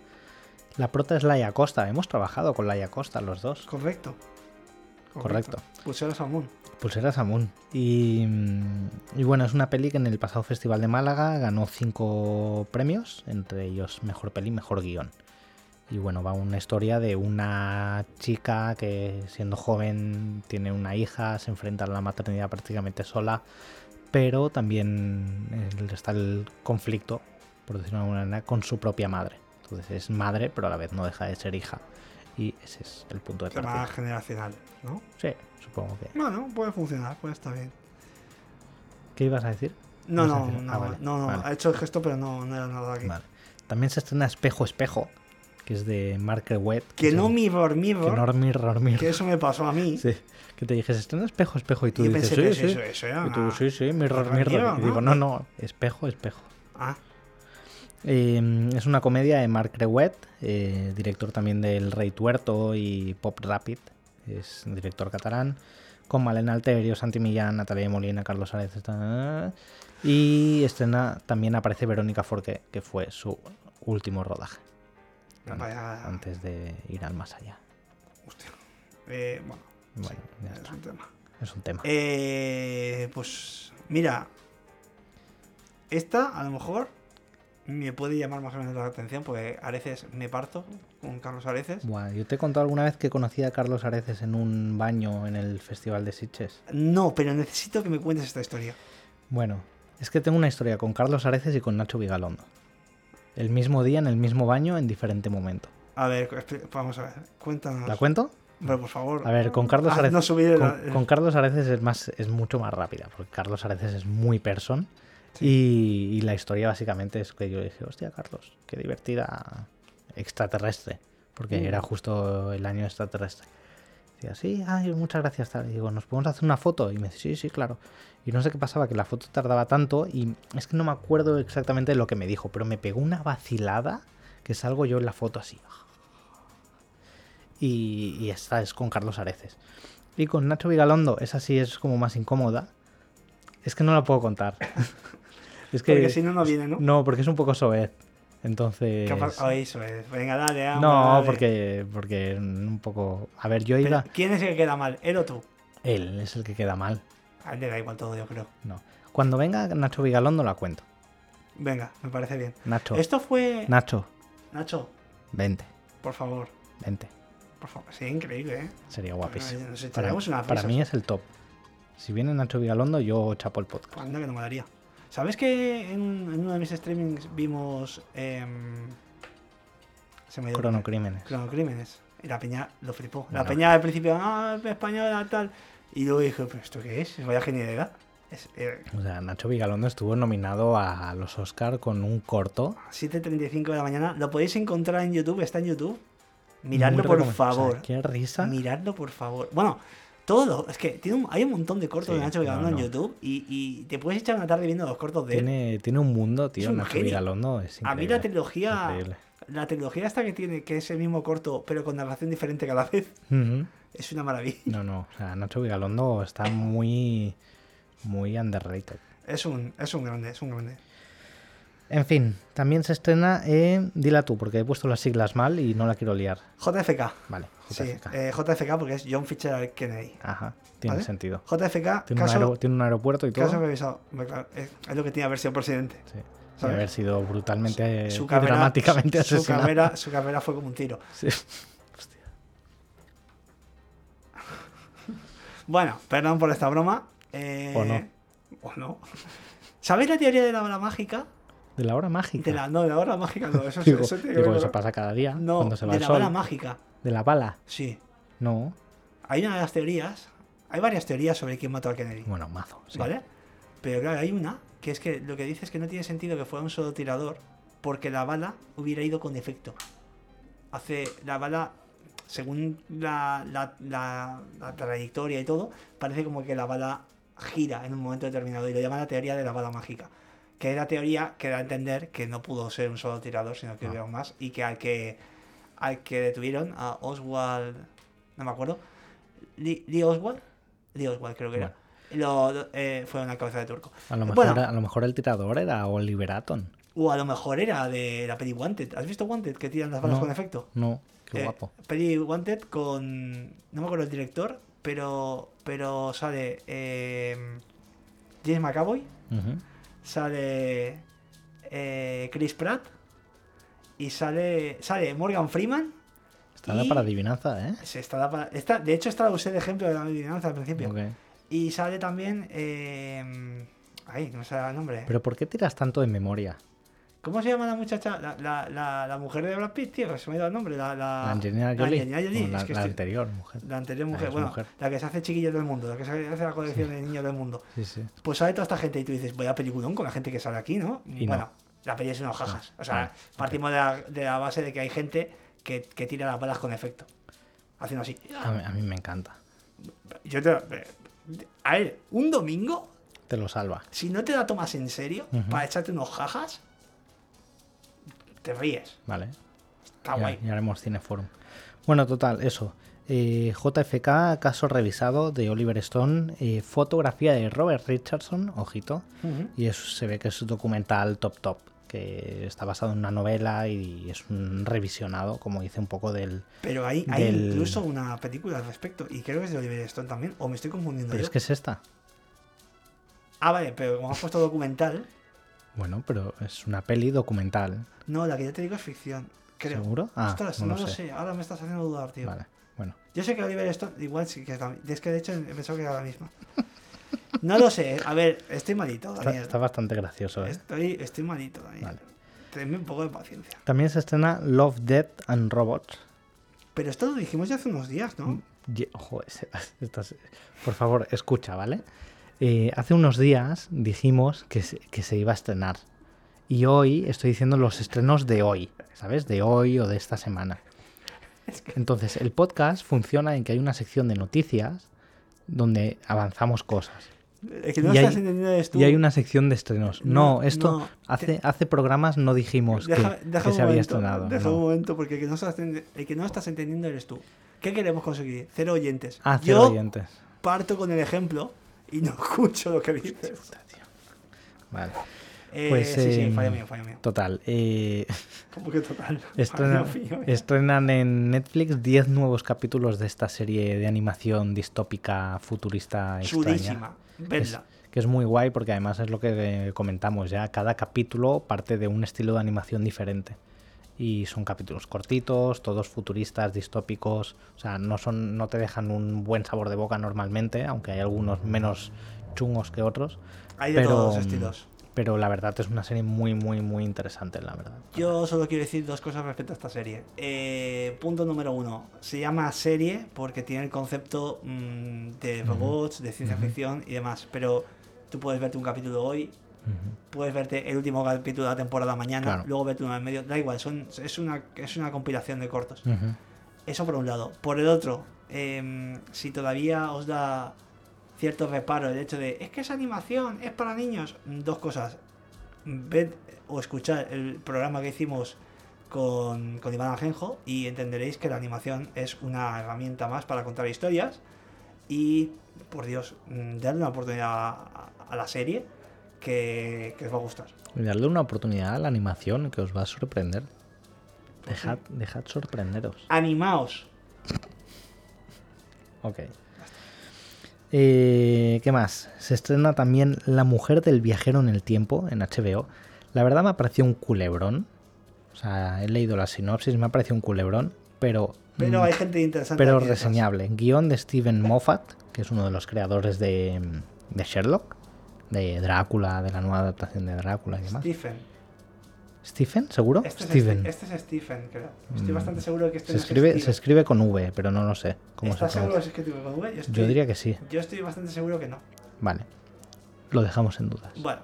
La prota es Laia Costa. Hemos trabajado con Laia Costa los dos.
Correcto. Pues
Correcto.
Pulseras al moon.
Pulsera Samun. Y, mm, y bueno, es una peli que en el pasado Festival de Málaga ganó cinco premios, entre ellos Mejor Peli, Mejor Guión. Y bueno, va una historia de una chica que siendo joven tiene una hija, se enfrenta a la maternidad prácticamente sola, pero también el- está el conflicto, por decirlo de alguna manera, con su propia madre. Entonces es madre, pero a la vez no deja de ser hija. Y ese es el punto de
Tema
partida.
generacional, ¿no?
Sí, supongo que.
Bueno, puede funcionar, puede estar bien.
¿Qué ibas a decir?
No,
Vas a
no,
decir-
no,
ah, vale,
no, no,
vale.
ha hecho el gesto, pero no, no era nada aquí.
Vale. También se estrena Espejo Espejo, que es de Mark Webb.
Que no
mi
mirror,
Que no
mirror,
mirror, mirror.
que eso me pasó a mí.
Sí. Que te dije, se estrena Espejo Espejo. Y tú
Y yo
dices,
pensé
sí,
que
sí.
eso, eso era
y tú,
una-
sí, sí, mirror,
otra
mirror.
mierda,
Y
¿no?
digo, no, no, Espejo Espejo.
Ah,
Eh, es una comedia de Mark Rewet, director también del Rey Tuerto y Pop Rapid, es un director catalán, con Malena Alterio, Santi Millán, Natalia Molina, Carlos Ares, ta- y estrena también aparece Verónica Forqué, que fue su último rodaje, Antes-
vaya-
antes de ir al más allá.
hostia. Eh, bueno,
Bueno, ya
es
está,
un tema.
es un tema.
Eh, pues mira, esta a lo mejor me puede llamar más o menos la atención porque Areces me parto con Carlos Areces.
Buah, yo te he contado alguna vez que conocí a Carlos Areces en un baño en el Festival de Sitges.
No, pero necesito que me cuentes esta historia.
Bueno, es que tengo una historia con Carlos Areces y con Nacho Vigalondo. El mismo día, en el mismo baño, en diferente momento.
A ver, espe- vamos a ver, cuéntanos.
¿La cuento?
Hombre, por favor.
A ver, con Carlos
Haznos
Areces,
subir el-
con,
el-
con Carlos Areces es, más, es mucho más rápida, porque Carlos Areces es muy person. Y, y la historia básicamente es que yo dije, hostia, Carlos, qué divertida extraterrestre, porque
Mm.
era justo el año extraterrestre. Decía, sí, ay, muchas gracias. Tal. Y digo, ¿nos podemos hacer una foto? Y me dice, sí, sí, claro. Y no sé qué pasaba, que la foto tardaba tanto y es que no me acuerdo exactamente de lo que me dijo, pero me pegó una vacilada que salgo yo en la foto así. Y, y esta es con Carlos Areces. Y con Nacho Vigalondo, esa sí es como más incómoda. Es que no la puedo contar. es que
Porque si no, no viene, ¿no?
no, porque es un poco soez. Entonces.
¿Qué ha Ah, pas- Ay, eso es. Venga, dale, anda,
No,
dale.
porque, porque un poco. A ver, yo
Pero,
iba.
¿Quién es el que queda mal? ¿Él o tú?
Él es el que queda mal.
A él le da igual todo, yo creo.
No. Cuando venga Nacho Vigalondo la cuento.
Venga, me parece bien.
Nacho.
Esto fue.
Nacho,
Nacho,
vente.
por favor.
Vente.
Por favor. Sí, increíble, ¿eh?
Sería guapísimo.
Nos
Para,
echaremos unas
para
risas.
mí es el top. Si viene Nacho Vigalondo, yo chapo el podcast.
Anda, que no molaría. ¿Sabes que en, en uno de mis streamings vimos. em, se me ha ido el nombre.
Cronocrímenes.
Cronocrímenes. Y la peña lo flipó. La
Bueno.
peña al principio, ah, española, tal. Y luego dije, ¿pero esto qué es? Vaya genialidad. Es, eh,
O sea, Nacho Vigalondo estuvo nominado a los Oscar con un corto.
7.35 de la mañana. Lo podéis encontrar en YouTube, está en YouTube.
Muy
Miradlo, por
recomendable.
favor.
O sea, qué risa.
Miradlo, por favor. Bueno, todo lo- Es que tiene un- hay un montón de cortos
Sí,
de Nacho Vigalondo
no, no.
en YouTube y, y te puedes echar una tarde viendo los cortos de él.
Tiene, tiene un mundo, tío.
un
Nacho
genio.
Vigalondo es
A mí la
increíble.
trilogía.
Increíble.
La trilogía esta que tiene, que es el mismo corto, pero con narración diferente cada vez,
Ujú.
es una maravilla.
No, no. O sea, Nacho Vigalondo está muy. Muy underrated.
Es un, es un grande, es un grande.
En fin, también se estrena en. Dila tú, porque he puesto las siglas mal y no la quiero liar.
JFK.
Vale,
Sí,
JFK.
eh, JFK porque es John Fitzgerald Kennedy.
Ajá, tiene
¿vale?
sentido.
JFK,
Tiene, un
caso,
aero- tiene un aeropuerto y todo.
caso revisado. Hombre, claro, es, es lo que tiene haber sido presidente.
Sí. Y
¿sabes?
haber sido brutalmente
Su
Eh, y
carrera-
dramáticamente
su- su
asesinado.
carrera, su carrera fue como un tiro.
Sí. Hostia.
Bueno, perdón por esta broma. eh,
O no.
o no. ¿Sabéis la teoría de la hora mágica?
De la hora mágica.
De la, no, de la hora mágica no, eso, es-
digo,
eso tiene que
digo,
ver
eso
con-
pasa cada día
No,
cuando se va
de
el
la
sol.
bala mágica,
de la bala.
sí.
No.
Hay una de las teorías, hay varias teorías sobre quién mató a Kennedy,
Bueno, mazo. sí.
¿vale? Pero claro, hay una que es que lo que dice es que no tiene sentido que fuera un solo tirador porque la bala hubiera ido con defecto. Hace la bala, según la, la- la- la trayectoria y todo, parece como que la bala gira en un momento determinado y lo llaman la teoría de la bala mágica. Que es la teoría que da a entender que no pudo ser un solo tirador, sino que
Ah.
hubieron más y que al que al que detuvieron, a Oswald, no me acuerdo, Lee, Lee Oswald, Lee Oswald creo que era, lo, lo- eh, fue una cabeza de turco.
A lo, mejor,
Bueno.
a lo mejor el tirador era Oliver Aton.
O a lo mejor era de la peli Wanted. ¿Has visto Wanted? Que tiran las balas
No.
con efecto.
No, qué
Eh,
guapo.
Peli Wanted con. No me acuerdo el director, pero. Pero sale. eh, James McAvoy,
Ujú.
sale. eh, Chris Pratt. Y sale. Sale Morgan Freeman.
Está la
y
para adivinanza, ¿eh?
se está la para- está- de hecho, esta la usé de ejemplo de la adivinanza al principio.
Ok.
Y sale también. eh, ay, no me sale el nombre.
Pero ¿por qué tiras tanto de memoria?
¿Cómo se llama la muchacha? La, la, la, la mujer de Brad Pitt, tío, se me ha ido el nombre. La, la,
la Angelina Jolie.
La Angelina Jolie,
Bueno, la,
es que
la
estoy-
anterior mujer.
la anterior mujer,
es
bueno,
mujer.
la que se hace chiquilla del mundo, la que se hace la colección de niños del mundo.
Sí, sí.
Pues sale toda esta gente y tú dices, voy a peliculón con la gente que sale aquí, ¿no?
Y
bueno,
no. Ah,
la peli es unos jajas. O sea,
Vale,
partimos de la, de la base de que hay gente que, que tira las balas con efecto. Haciendo así.
A mí, a mí me encanta.
Yo te, eh, a ver, un domingo,
Te lo salva.
si no te la tomas en serio
Ujú.
para echarte unos jajas, te ríes.
Vale.
Está
ya,
guay.
ya haremos Cineforum. Bueno, total, eso. Eh, JFK, caso revisado de Oliver Stone, eh, fotografía de Robert Richardson, ojito,
Ujú.
y es- se ve que es un documental top top, que está basado en una novela y es un revisionado, como dice un poco del...
Pero hay, hay
del-
incluso una película al respecto, y creo que es de Oliver Stone también, o me estoy confundiendo
Pero
yo.
es que es esta.
Ah, vale, pero como has puesto documental,
Bueno, pero es una peli documental,
no, la que yo te digo es ficción, creo.
¿seguro? Ah,
Ostras,
no,
no, lo sé. ahora me estás haciendo dudar, tío.
Vale, bueno.
Yo sé que Oliver Stone, igual sí que es la- es que de hecho he pensado que era la misma. No lo sé, a ver, estoy malito,
Está,
Daniel.
está bastante gracioso, ¿eh?
Estoy, estoy malito, Daniel.
Vale.
Tenme un poco de paciencia.
También se estrena Love, Death and Robots.
Pero esto lo dijimos ya hace unos días, ¿no?
Ye- Joder, Sebas, estás- por favor, escucha, ¿vale? Eh, hace unos días dijimos que se, que se iba a estrenar. Y hoy estoy diciendo los estrenos de hoy, ¿sabes? De hoy o de esta semana.
Es que-
Entonces, el podcast funciona en que hay una sección de noticias donde avanzamos cosas.
Es que no
Y
estás
hay-
entendiendo esto.
Y hay una sección de estrenos. No,
No,
esto
no,
hace, hace programas no dijimos que,
Deja- deja
que
un
se había
momento,
estrenado.
Deja
no.
un momento, porque el que, no estás entendi- el que no estás entendiendo eres tú. ¿Qué queremos conseguir? Cero oyentes.
Ah, cero
Yo
oyentes.
parto con el ejemplo y no escucho lo que dices.
Puta, tío. Vale.
Eh,
Pues,
sí, sí,
eh,
fallo mío, fallo mío.
Total. eh,
Como que total.
Estrena-
fallo mío, eh.
estrenan en Netflix 10 nuevos capítulos de esta serie de animación distópica futurista extraña.
Chulísima.
Es-
Verla.
que es muy guay porque además es lo que eh, comentamos ya, cada capítulo parte de un estilo de animación diferente. Y son capítulos cortitos, todos futuristas, distópicos, o sea, no son no te dejan un buen sabor de boca normalmente, aunque hay algunos
Mm.
menos chungos que otros,
Hay de
pero,
todos
mm,
los estilos.
pero la verdad es una serie muy muy muy interesante, la verdad.
Yo solo quiero decir dos cosas respecto a esta serie. Eh, punto número uno, se llama serie porque tiene el concepto mm, de robots, de ciencia
Ujú.
ficción y demás, pero tú puedes verte un capítulo hoy,
Ujú.
puedes verte el último capítulo de la temporada mañana,
Claro.
luego verte uno en medio, da igual, son, es, una, es una compilación de cortos.
Ujú.
Eso por un lado. Por el otro, em, si todavía os da cierto reparo el hecho de es que es animación, es para niños, mm, dos cosas. Ved o escuchad el programa que hicimos con, con Iván Ajenjo y entenderéis que la animación es una herramienta más para contar historias. Y, por Dios, mm, dadle una oportunidad a, a la serie que, que os va a gustar.
Y darle una oportunidad a la animación que os va a sorprender.
Pues
Dejad, dejad sorprenderos.
Animaos.
Ok. Eh, ¿Qué más? Se estrena también La mujer del viajero en el tiempo en HBO. La verdad me ha parecido un culebrón. O sea, he leído la sinopsis, me ha parecido un culebrón, pero...
Pero
mm,
hay gente interesante.
pero
aquí detrás.
reseñable. Guión de Steven Moffat, que es uno de los creadores de, mm, de Sherlock, de Drácula, de la nueva adaptación de Drácula y demás.
Stephen.
¿Stephen? ¿Seguro?
Este es,
Steven.
Ste- este es Stephen, creo. Estoy
Mm.
bastante seguro de que este
Se
no es
escribe, se
Steven.
escribe con V, pero no lo sé. cómo se
¿Estás seguro
pronuncia.
que se escribe con V? Yo, estoy,
Yo diría que sí.
yo estoy bastante seguro que no.
Vale. Lo dejamos en dudas.
Bueno,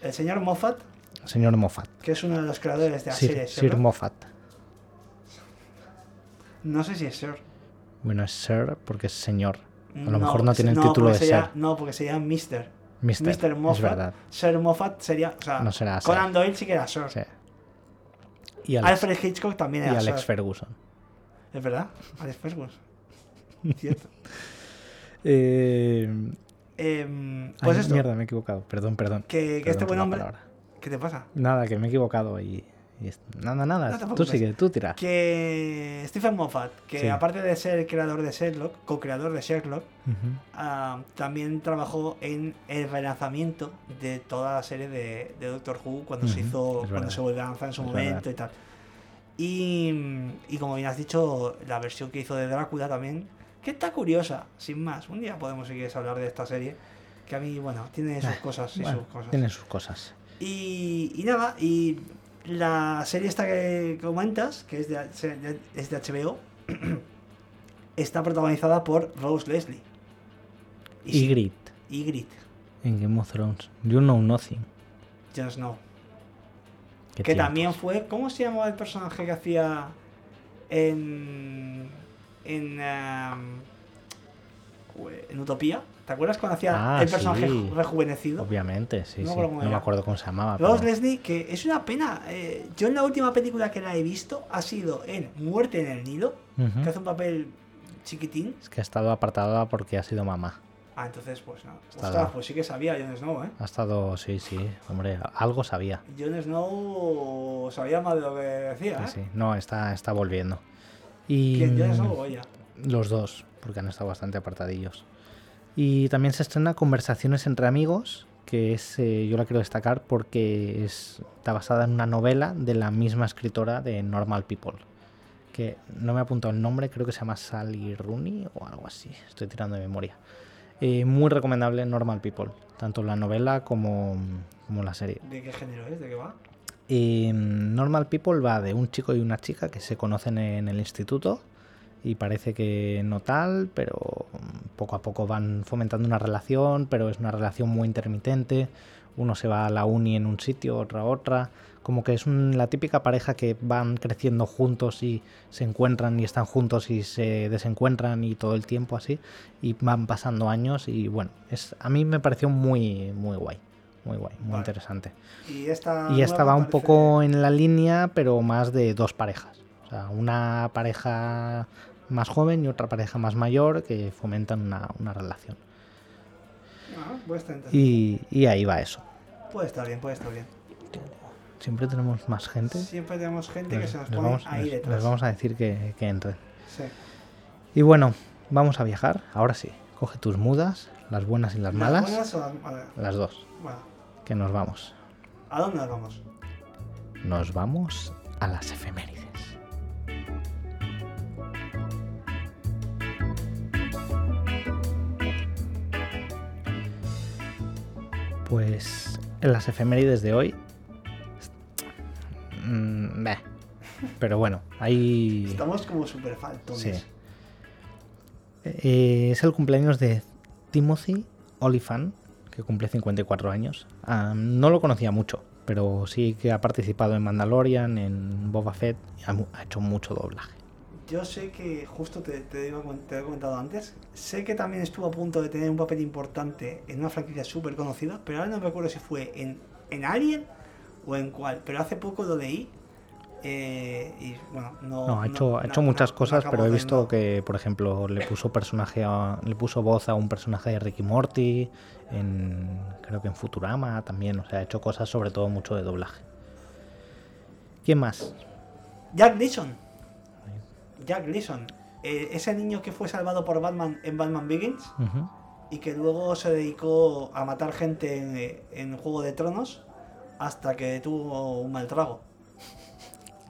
el señor Moffat,
Señor Moffat.
que es uno de los creadores de la
Sir,
serie
Sir
Sherlock,
Moffat.
no sé si es Sir.
Bueno, es Sir porque es señor. A lo
No,
mejor no tiene el
no,
título de
porque sería-
ser.
No, porque sería Mr.
Mister.
Mr. Moffat.
Es verdad.
Sir Moffat sería. O sea,
No será Sir.
Conan Doyle sí que era Sir.
Sí. Y Alex,
Alfred Hitchcock también
y
era
Alex
Sir.
Ferguson.
Es verdad, Alex Ferguson. Cierto.
Eh,
Em, pues
ay,
esto.
Mierda, me he equivocado. Perdón, perdón.
Que, que
Perdón
este
por
buen
la
hombre.
palabra.
¿Qué te pasa?
Nada, que me he equivocado y. y es- Nada,
No
nada.
te
tú
preocupes.
sigue, tú tira.
que Stephen Moffat, que
Sí.
aparte de ser el creador de Sherlock, co-creador de Sherlock,
Ujú.
ah, también trabajó en el relanzamiento de toda la serie de, de Doctor Who cuando se
Ujú,
hizo,
es
cuando
verdad.
se volvió a lanzar en su
Es
momento y tal. Y, y como bien has dicho, la versión que hizo de Drácula también, que está curiosa, sin más. Un día podemos, si quieres, hablar de esta serie, que a mí, bueno, tiene sus
Ah,
cosas y
Bueno,
sus cosas.
tiene sus cosas.
Y, y nada, y la serie esta que comentas, que es de, H- de- es de HBO, está protagonizada por Rose Leslie.
Y Grit
Y Grit,
en Game of Thrones. You know nothing.
Jon Snow.
Qué
que
tiempo.
también fue. ¿Cómo se llamaba el personaje que hacía en. en. em, jue- en Utopía? ¿Te acuerdas cuando hacía
Ah,
el personaje
sí.
rejuvenecido?
Obviamente, sí,
No me
sí.
acuerdo cómo
No me
era.
acuerdo cómo se llamaba.
Rose
pero-
Leslie, que es una pena. eh, yo en la última película que la he visto ha sido en Muerte en el Nido,
Ujú.
que hace un papel chiquitín.
Es que ha estado apartada porque ha sido mamá.
Ah, entonces, pues no.
Está
Ostras,
dado.
pues sí que sabía Jon Snow, ¿eh?
Ha estado, sí, sí, hombre, algo sabía.
Jon Snow sabía más de lo que decía,
Sí,
¿eh?
sí. No, está, está volviendo. Y mm,
¿Quién, Jon Snow o ella?
los dos, porque han estado bastante apartadillos. Y también se estrena Conversaciones entre amigos, que es, eh, yo la quiero destacar porque es, está basada en una novela de la misma escritora de Normal People, que no me ha apuntado el nombre, creo que se llama Sally Rooney o algo así, estoy tirando de memoria. Eh, muy recomendable Normal People, tanto la novela como, como la serie.
¿De qué género es? ¿De qué va?
Eh, Normal People va de un chico y una chica que se conocen en el instituto y parece que no tal, pero poco a poco van fomentando una relación, pero es una relación muy intermitente. Uno se va a la uni en un sitio, otra a otra. Como que es un- la típica pareja que van creciendo juntos y se encuentran y están juntos y se desencuentran y todo el tiempo así. Y van pasando años y bueno, es, a mí me pareció muy, muy guay. Muy guay, muy
Vale.
interesante.
Y esta.
Y esta
nueva
va un
parece-
poco en la línea, pero más de dos parejas. O sea, una pareja más joven y otra pareja más mayor que fomentan una, una relación.
Ah, puede estar interesante.
Y, y ahí va eso.
Puede estar bien, puede estar bien.
Siempre tenemos más gente.
Siempre tenemos gente que
Les-
se nos
les
pone
Pues vamos,
ahí
les-
detrás.
les vamos a decir que, que entren.
Sí.
Y bueno, vamos a viajar. Ahora sí, coge tus mudas, las buenas y las malas.
¿Las buenas o las malas?
Las dos,
Bueno,
que nos vamos.
¿a dónde nos vamos?
Nos vamos a las efemérides. Pues en las efemérides de hoy. mm, meh. Pero bueno, hay.
Estamos como súper faltones.
Sí. Eh, es el cumpleaños de Timothy Oliphant, que cumple 54 años. Ah, no lo conocía mucho, pero sí que ha participado en Mandalorian, en Boba Fett, y ha, mu- ha hecho mucho doblaje.
Yo sé que, justo te, te, iba a con- te he comentado antes, sé que también estuvo a punto de tener un papel importante en una franquicia súper conocida, pero ahora no me acuerdo si fue en, en Alien o en cuál. Pero hace poco lo leí eh, y bueno, no.
No, ha hecho, ha hecho
no-
muchas
no- no
cosas,
acabo
pero he
de-
visto
no.
que, por ejemplo, le puso personaje a- le puso voz a un personaje de Ricky Morty, en, creo que en Futurama también, o sea, ha hecho cosas sobre todo mucho de doblaje. ¿Quién más?
Jack Gleason. Jack Gleason. Eh, ese niño que fue salvado por Batman en Batman Begins.
Ujú.
y que luego se dedicó a matar gente en, en Juego de Tronos hasta que tuvo un mal trago,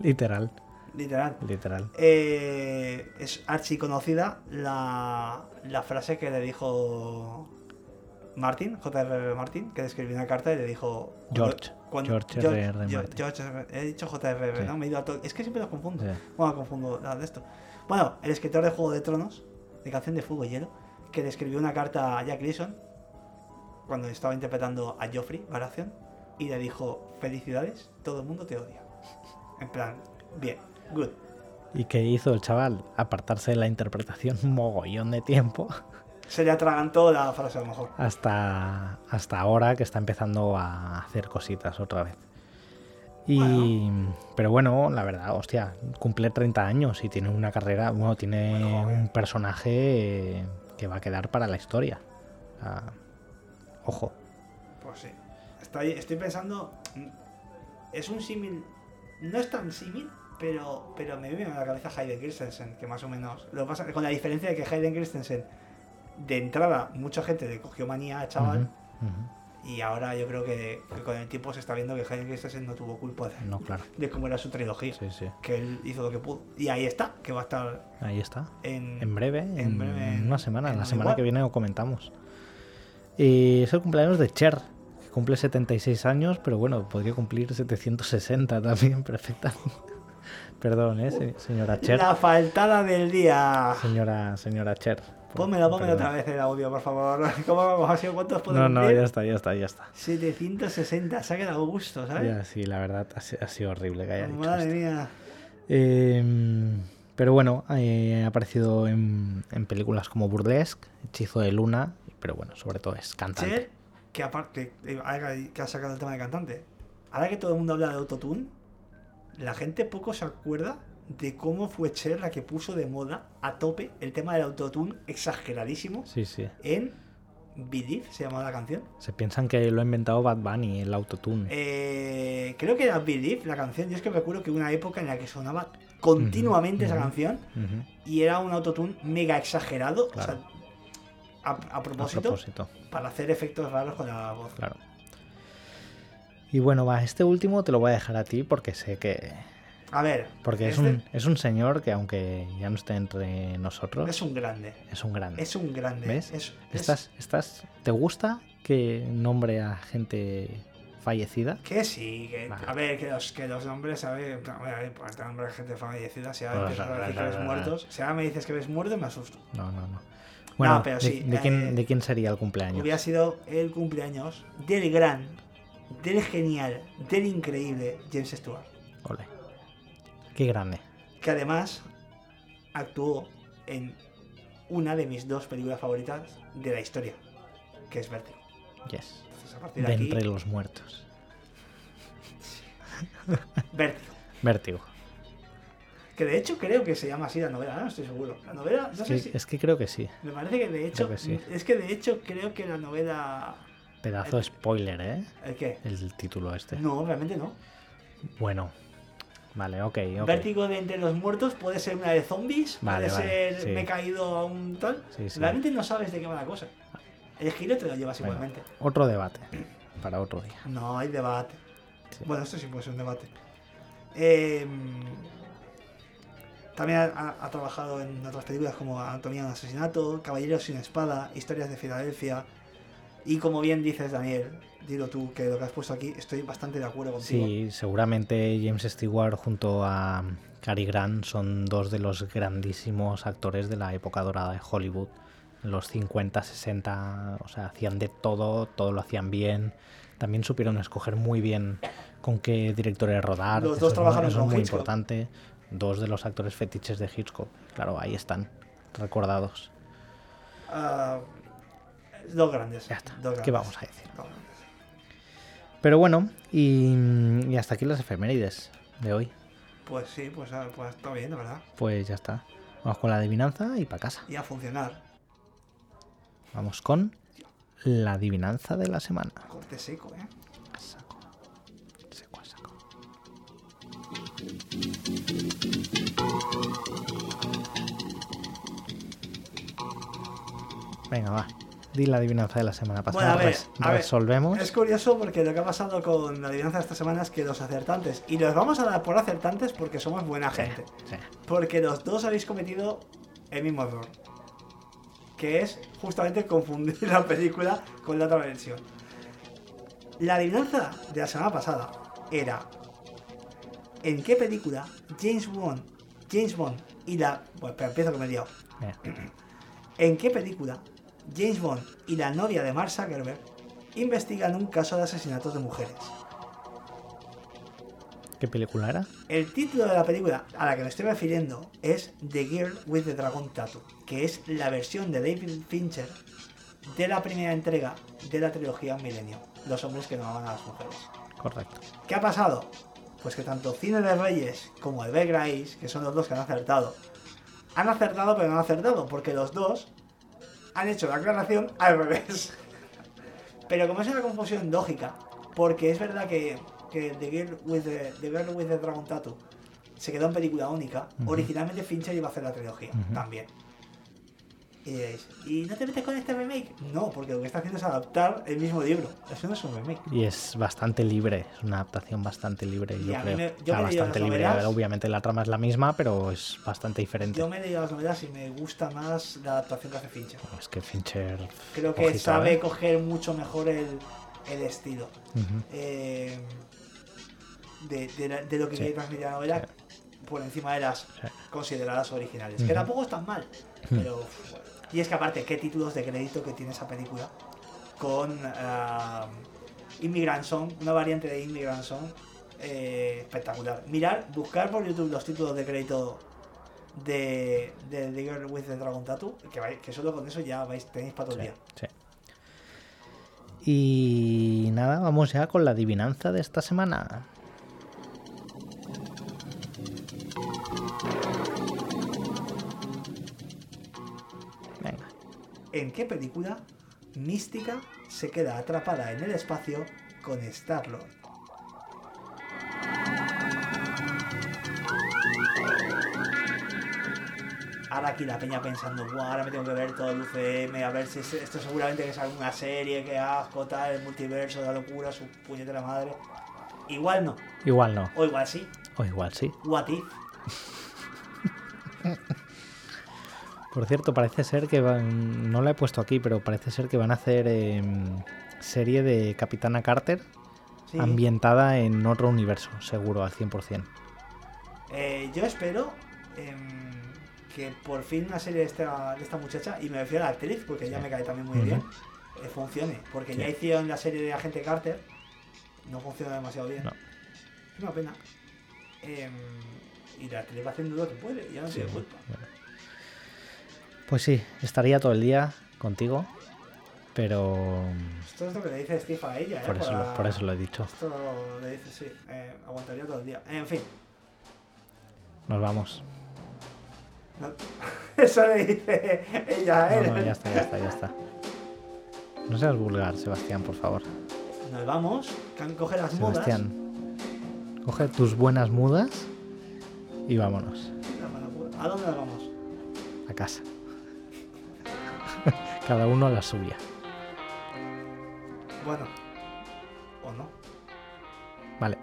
Literal,
literal.
literal.
Eh, es archiconocida la, la frase que le dijo Martin, J.R.R. Martin, que le escribió una carta y le dijo...
George, George R.R.
George-
Martin.
George R.R., he dicho J.R.R.,
Sí.
¿no? Me he ido a todo- es que siempre los confundo.
Sí.
Bueno, confundo la de esto. Bueno, el escritor de Juego de Tronos, de Canción de Fuego y Hielo, que le escribió una carta a Jack Gleason cuando estaba interpretando a Joffrey Baratheon y le dijo, felicidades, todo el mundo te odia. En plan, bien, good.
¿Y qué hizo el chaval? Apartarse de la interpretación un mogollón de tiempo
Se le atragantó la frase a lo mejor.
hasta, hasta ahora que está empezando a hacer cositas otra vez. Y, Pero bueno, la verdad, hostia, cumple 30 años y tiene una carrera, bueno, tiene
Bueno, joder.
un personaje eh, que va a quedar para la historia. Ah, ojo,
Pues sí. Estoy, estoy pensando, mm, es un símil, no es tan símil, pero, pero me viene a la cabeza Hayden Christensen, que más o menos, lo que pasa con la diferencia de que Hayden Christensen, de entrada, mucha gente le cogió manía al chaval,
Ujú, ujú.
Y ahora yo creo que, que con el tiempo se está viendo que Hayden Christensen no tuvo culpa de,
No, claro.
de cómo era su trilogía.
Sí, sí.
Que él hizo lo que pudo. Y ahí está, que va a estar
Ahí está.
en,
En breve, en,
breve, en-
una semana,
en
la
Obi-Wan.
semana que viene lo comentamos. Y es el cumpleaños de Cher, que cumple 76 años, pero bueno, podría cumplir 760 también, perfectamente. Perdón, ¿eh, se- señora Cher.
La faltada del día.
Señora, señora Cher. por-
Pónmelo, pónmelo
perdón.
otra vez el audio, por favor. ¿Cómo vamos? ¿Ha sido cuántos
No,
podemos
no, ya está, ya está, ya está.
760, se ha quedado gusto, ¿sabes?
Ya, sí, la verdad ha, si- ha sido horrible que haya dicho
Madre
esto.
mía.
Eh, pero bueno, eh, ha aparecido en, en películas como Burlesque, Hechizo de Luna, pero bueno, sobre todo es cantante.
Cher, que aparte, que, ahora que ha sacado el tema de cantante, ahora que todo el mundo habla de autotune, la gente poco se acuerda de cómo fue Cher la que puso de moda a tope el tema del autotune exageradísimo
Sí, sí.
en Believe, se llamaba la canción.
Se piensan que lo ha inventado Bad Bunny, el autotune.
Eh, creo que era Believe la canción, yo es que me acuerdo que hubo una época en la que sonaba continuamente
Ujú,
esa
ujú.
canción
Ujú,
y era un autotune mega exagerado, o
Claro.
sea, a, a
A
propósito,
propósito,
para hacer efectos raros con la voz.
claro. Y bueno, va, este último te lo voy a dejar a ti porque sé que.
A ver,
Porque es
este-
un, es un señor que, aunque ya no esté entre nosotros,
Es un grande.
es un grande.
Es un grande.
¿Ves?
Es, es-
Estás, estás, ¿Te gusta que nombre a gente fallecida.
Que sí, que,
Vale.
a ver, que los, que los nombres, a ver, a ver, a ver, ponerte nombre de gente fallecida, si ahora
Pues,
empiezas a decir que ves muertos, si ahora me dices que ves muertos, me asusto.
No, no, no. Bueno,
pero
de,
sí,
de quién,
eh,
de quién sería el cumpleaños?
Hubiera sido el cumpleaños del gran, del genial, del increíble James Stewart,
Ole. Qué grande.
que además actuó en una de mis dos películas favoritas de la historia, que es Vértigo.
Yes.
Entonces, a partir
De,
de, aquí,
entre los muertos.
Vértigo.
Vértigo.
Que de hecho creo que se llama así la novela, no estoy seguro. La novela, no sé
Sí,
si...
Es que creo que sí.
Me parece que de hecho...
que sí.
Es que de hecho creo que la novela...
Pedazo de spoiler, ¿eh?
¿El qué?
El título este.
No, realmente no.
Bueno. Vale, ok, ok.
Vértigo de entre los muertos puede ser una de zombies,
Vale,
puede
vale,
ser
sí.
me he caído a un tal.
Sí, sí.
Realmente no sabes de qué va la cosa. El giro te lo llevas
Venga,
igualmente.
Otro debate. Para otro día.
No hay debate.
Sí.
Bueno, esto sí puede ser un debate. Eh, también ha- ha, ha trabajado en otras películas como Anatomía de un asesinato, Caballeros sin espada, Historias de Filadelfia. Y como bien dices, Daniel, dilo tú, que lo que has puesto aquí, estoy bastante de acuerdo contigo.
Sí, seguramente James Stewart junto a Cary Grant son dos de los grandísimos actores de la época dorada de Hollywood. En los 50, 60, o sea, hacían de todo, todo lo hacían bien. También supieron escoger muy bien con qué directores rodar.
Los
eso
dos
es
trabajaron
muy, eso es
con
muy
Hitchcock.
importante. Dos de los actores fetiches de Hitchcock. Claro, ahí están, recordados.
Ah, dos grandes.
Ya está.
dos grandes.
¿Qué vamos a decir?
Dos grandes.
Pero bueno, y, y hasta aquí las efemérides de hoy.
Pues sí, pues, ah, pues está bien, la verdad.
Pues ya está. Vamos con la adivinanza y para casa.
Y a funcionar.
Vamos con la adivinanza de la semana.
Corte seco, ¿eh?
A saco. Seco a saco. Venga, va. Di la adivinanza de la semana pasada.
Bueno, a ver,
res-
a ver.
resolvemos.
Es curioso porque lo que ha pasado con la adivinanza de esta semana es que los acertantes, y los vamos a dar por acertantes porque somos buena gente,
Sí,
porque los dos habéis cometido el mismo error, que es justamente confundir la película con la otra versión. La adivinanza de la semana pasada era ¿En qué película James Bond, James Bond y la... Bueno, espera, empiezo que me he liado.
venga.
¿En qué película James Bond y la novia de Mark Zuckerberg investigan un caso de asesinatos de mujeres?
¿Qué película era?
El título de la película a la que me estoy refiriendo es The Girl with the Dragon Tattoo, que es la versión de David Fincher de la primera entrega de la trilogía Milenio, los hombres que no aman a las mujeres.
Correcto.
¿Qué ha pasado? Pues que tanto Cine de Reyes como el de Grace, que son los dos que han acertado, han acertado pero no han acertado, porque los dos han hecho la aclaración al revés. Pero como es una confusión lógica, porque es verdad que, que the, Girl with the, The Girl with the Dragon Tattoo se quedó en película única,
Ujú.
originalmente Fincher iba a hacer la trilogía
Ujú.
también. Y diréis, ¿y no te metes con este remake? No, porque lo que está haciendo es adaptar el mismo libro. Eso no es un remake.
Y es bastante libre, es una adaptación bastante libre,
Y
yo
a mí
creo.
me- yo
O sea,
me he leído
bastante
las
libre.
novelas.
A ver, obviamente la trama es la misma, pero es bastante diferente.
Yo me he leído las novelas y me gusta más la adaptación que hace Fincher.
Es que Fincher.
Creo que
ojito,
sabe
¿eh?
coger mucho mejor el, el estilo
Ujú.
eh, de, de la- de lo que
Sí.
quiere transmitir la novela por encima de las consideradas originales. Que
Ujú.
tampoco están mal,
Ujú.
pero... uf, bueno. Y es que aparte, qué títulos de crédito que tiene esa película con ah, Immigrant Song, una variante de Immigrant Song eh, espectacular. Mirar, buscar por YouTube los títulos de crédito de, de The Girl with the Dragon Tattoo, que, vais- que solo con eso ya vais, tenéis para todo el
Sí,
día.
sí. Y nada, vamos ya con la adivinanza de esta semana. Venga,
¿En qué película Mística se queda atrapada en el espacio con Star-Lord? Ahora aquí la peña pensando, "Buah, ahora me tengo que ver todo el UCM, a ver si es- esto seguramente que es alguna serie, que asco, tal, el multiverso, la locura, su puñetera madre. Igual no,
igual no,
o igual sí,
o igual sí.
what if.
Por cierto, parece ser que van. No la he puesto aquí, pero parece ser que van a hacer em, serie de Capitana Carter
Sí.
ambientada en otro universo, seguro, al 100%.
Eh, yo espero em, que por fin una serie de esta, de esta muchacha, y me refiero a la actriz, porque ya
Sí.
me cae también muy
Ujú.
bien, eh, funcione. Porque
Sí.
ya hicieron la serie de Agente Carter, no funciona demasiado bien.
No.
Es una pena. Em, y la actriz va haciendo lo que puede, ya no
Sí,
tiene culpa.
bueno. Pues sí, estaría todo el día contigo, pero
Esto es lo que le dice Steve a ella, ¿eh?
por eso, lo-
la-
por eso lo he dicho.
Esto le dice, sí, eh, aguantaría todo el día. En fin,
Nos vamos.
no- eso le dice ella a
No,
él.
no, ya está, ya está, ya está. No seas vulgar, Sebastián, por favor.
Nos vamos, can coge las modas.
Sebastián, coge tus buenas mudas y vámonos
¿A dónde nos vamos?
a casa. Cada uno a la suya.
Bueno, o no.
Vale,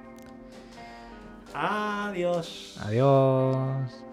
Adiós.
adiós.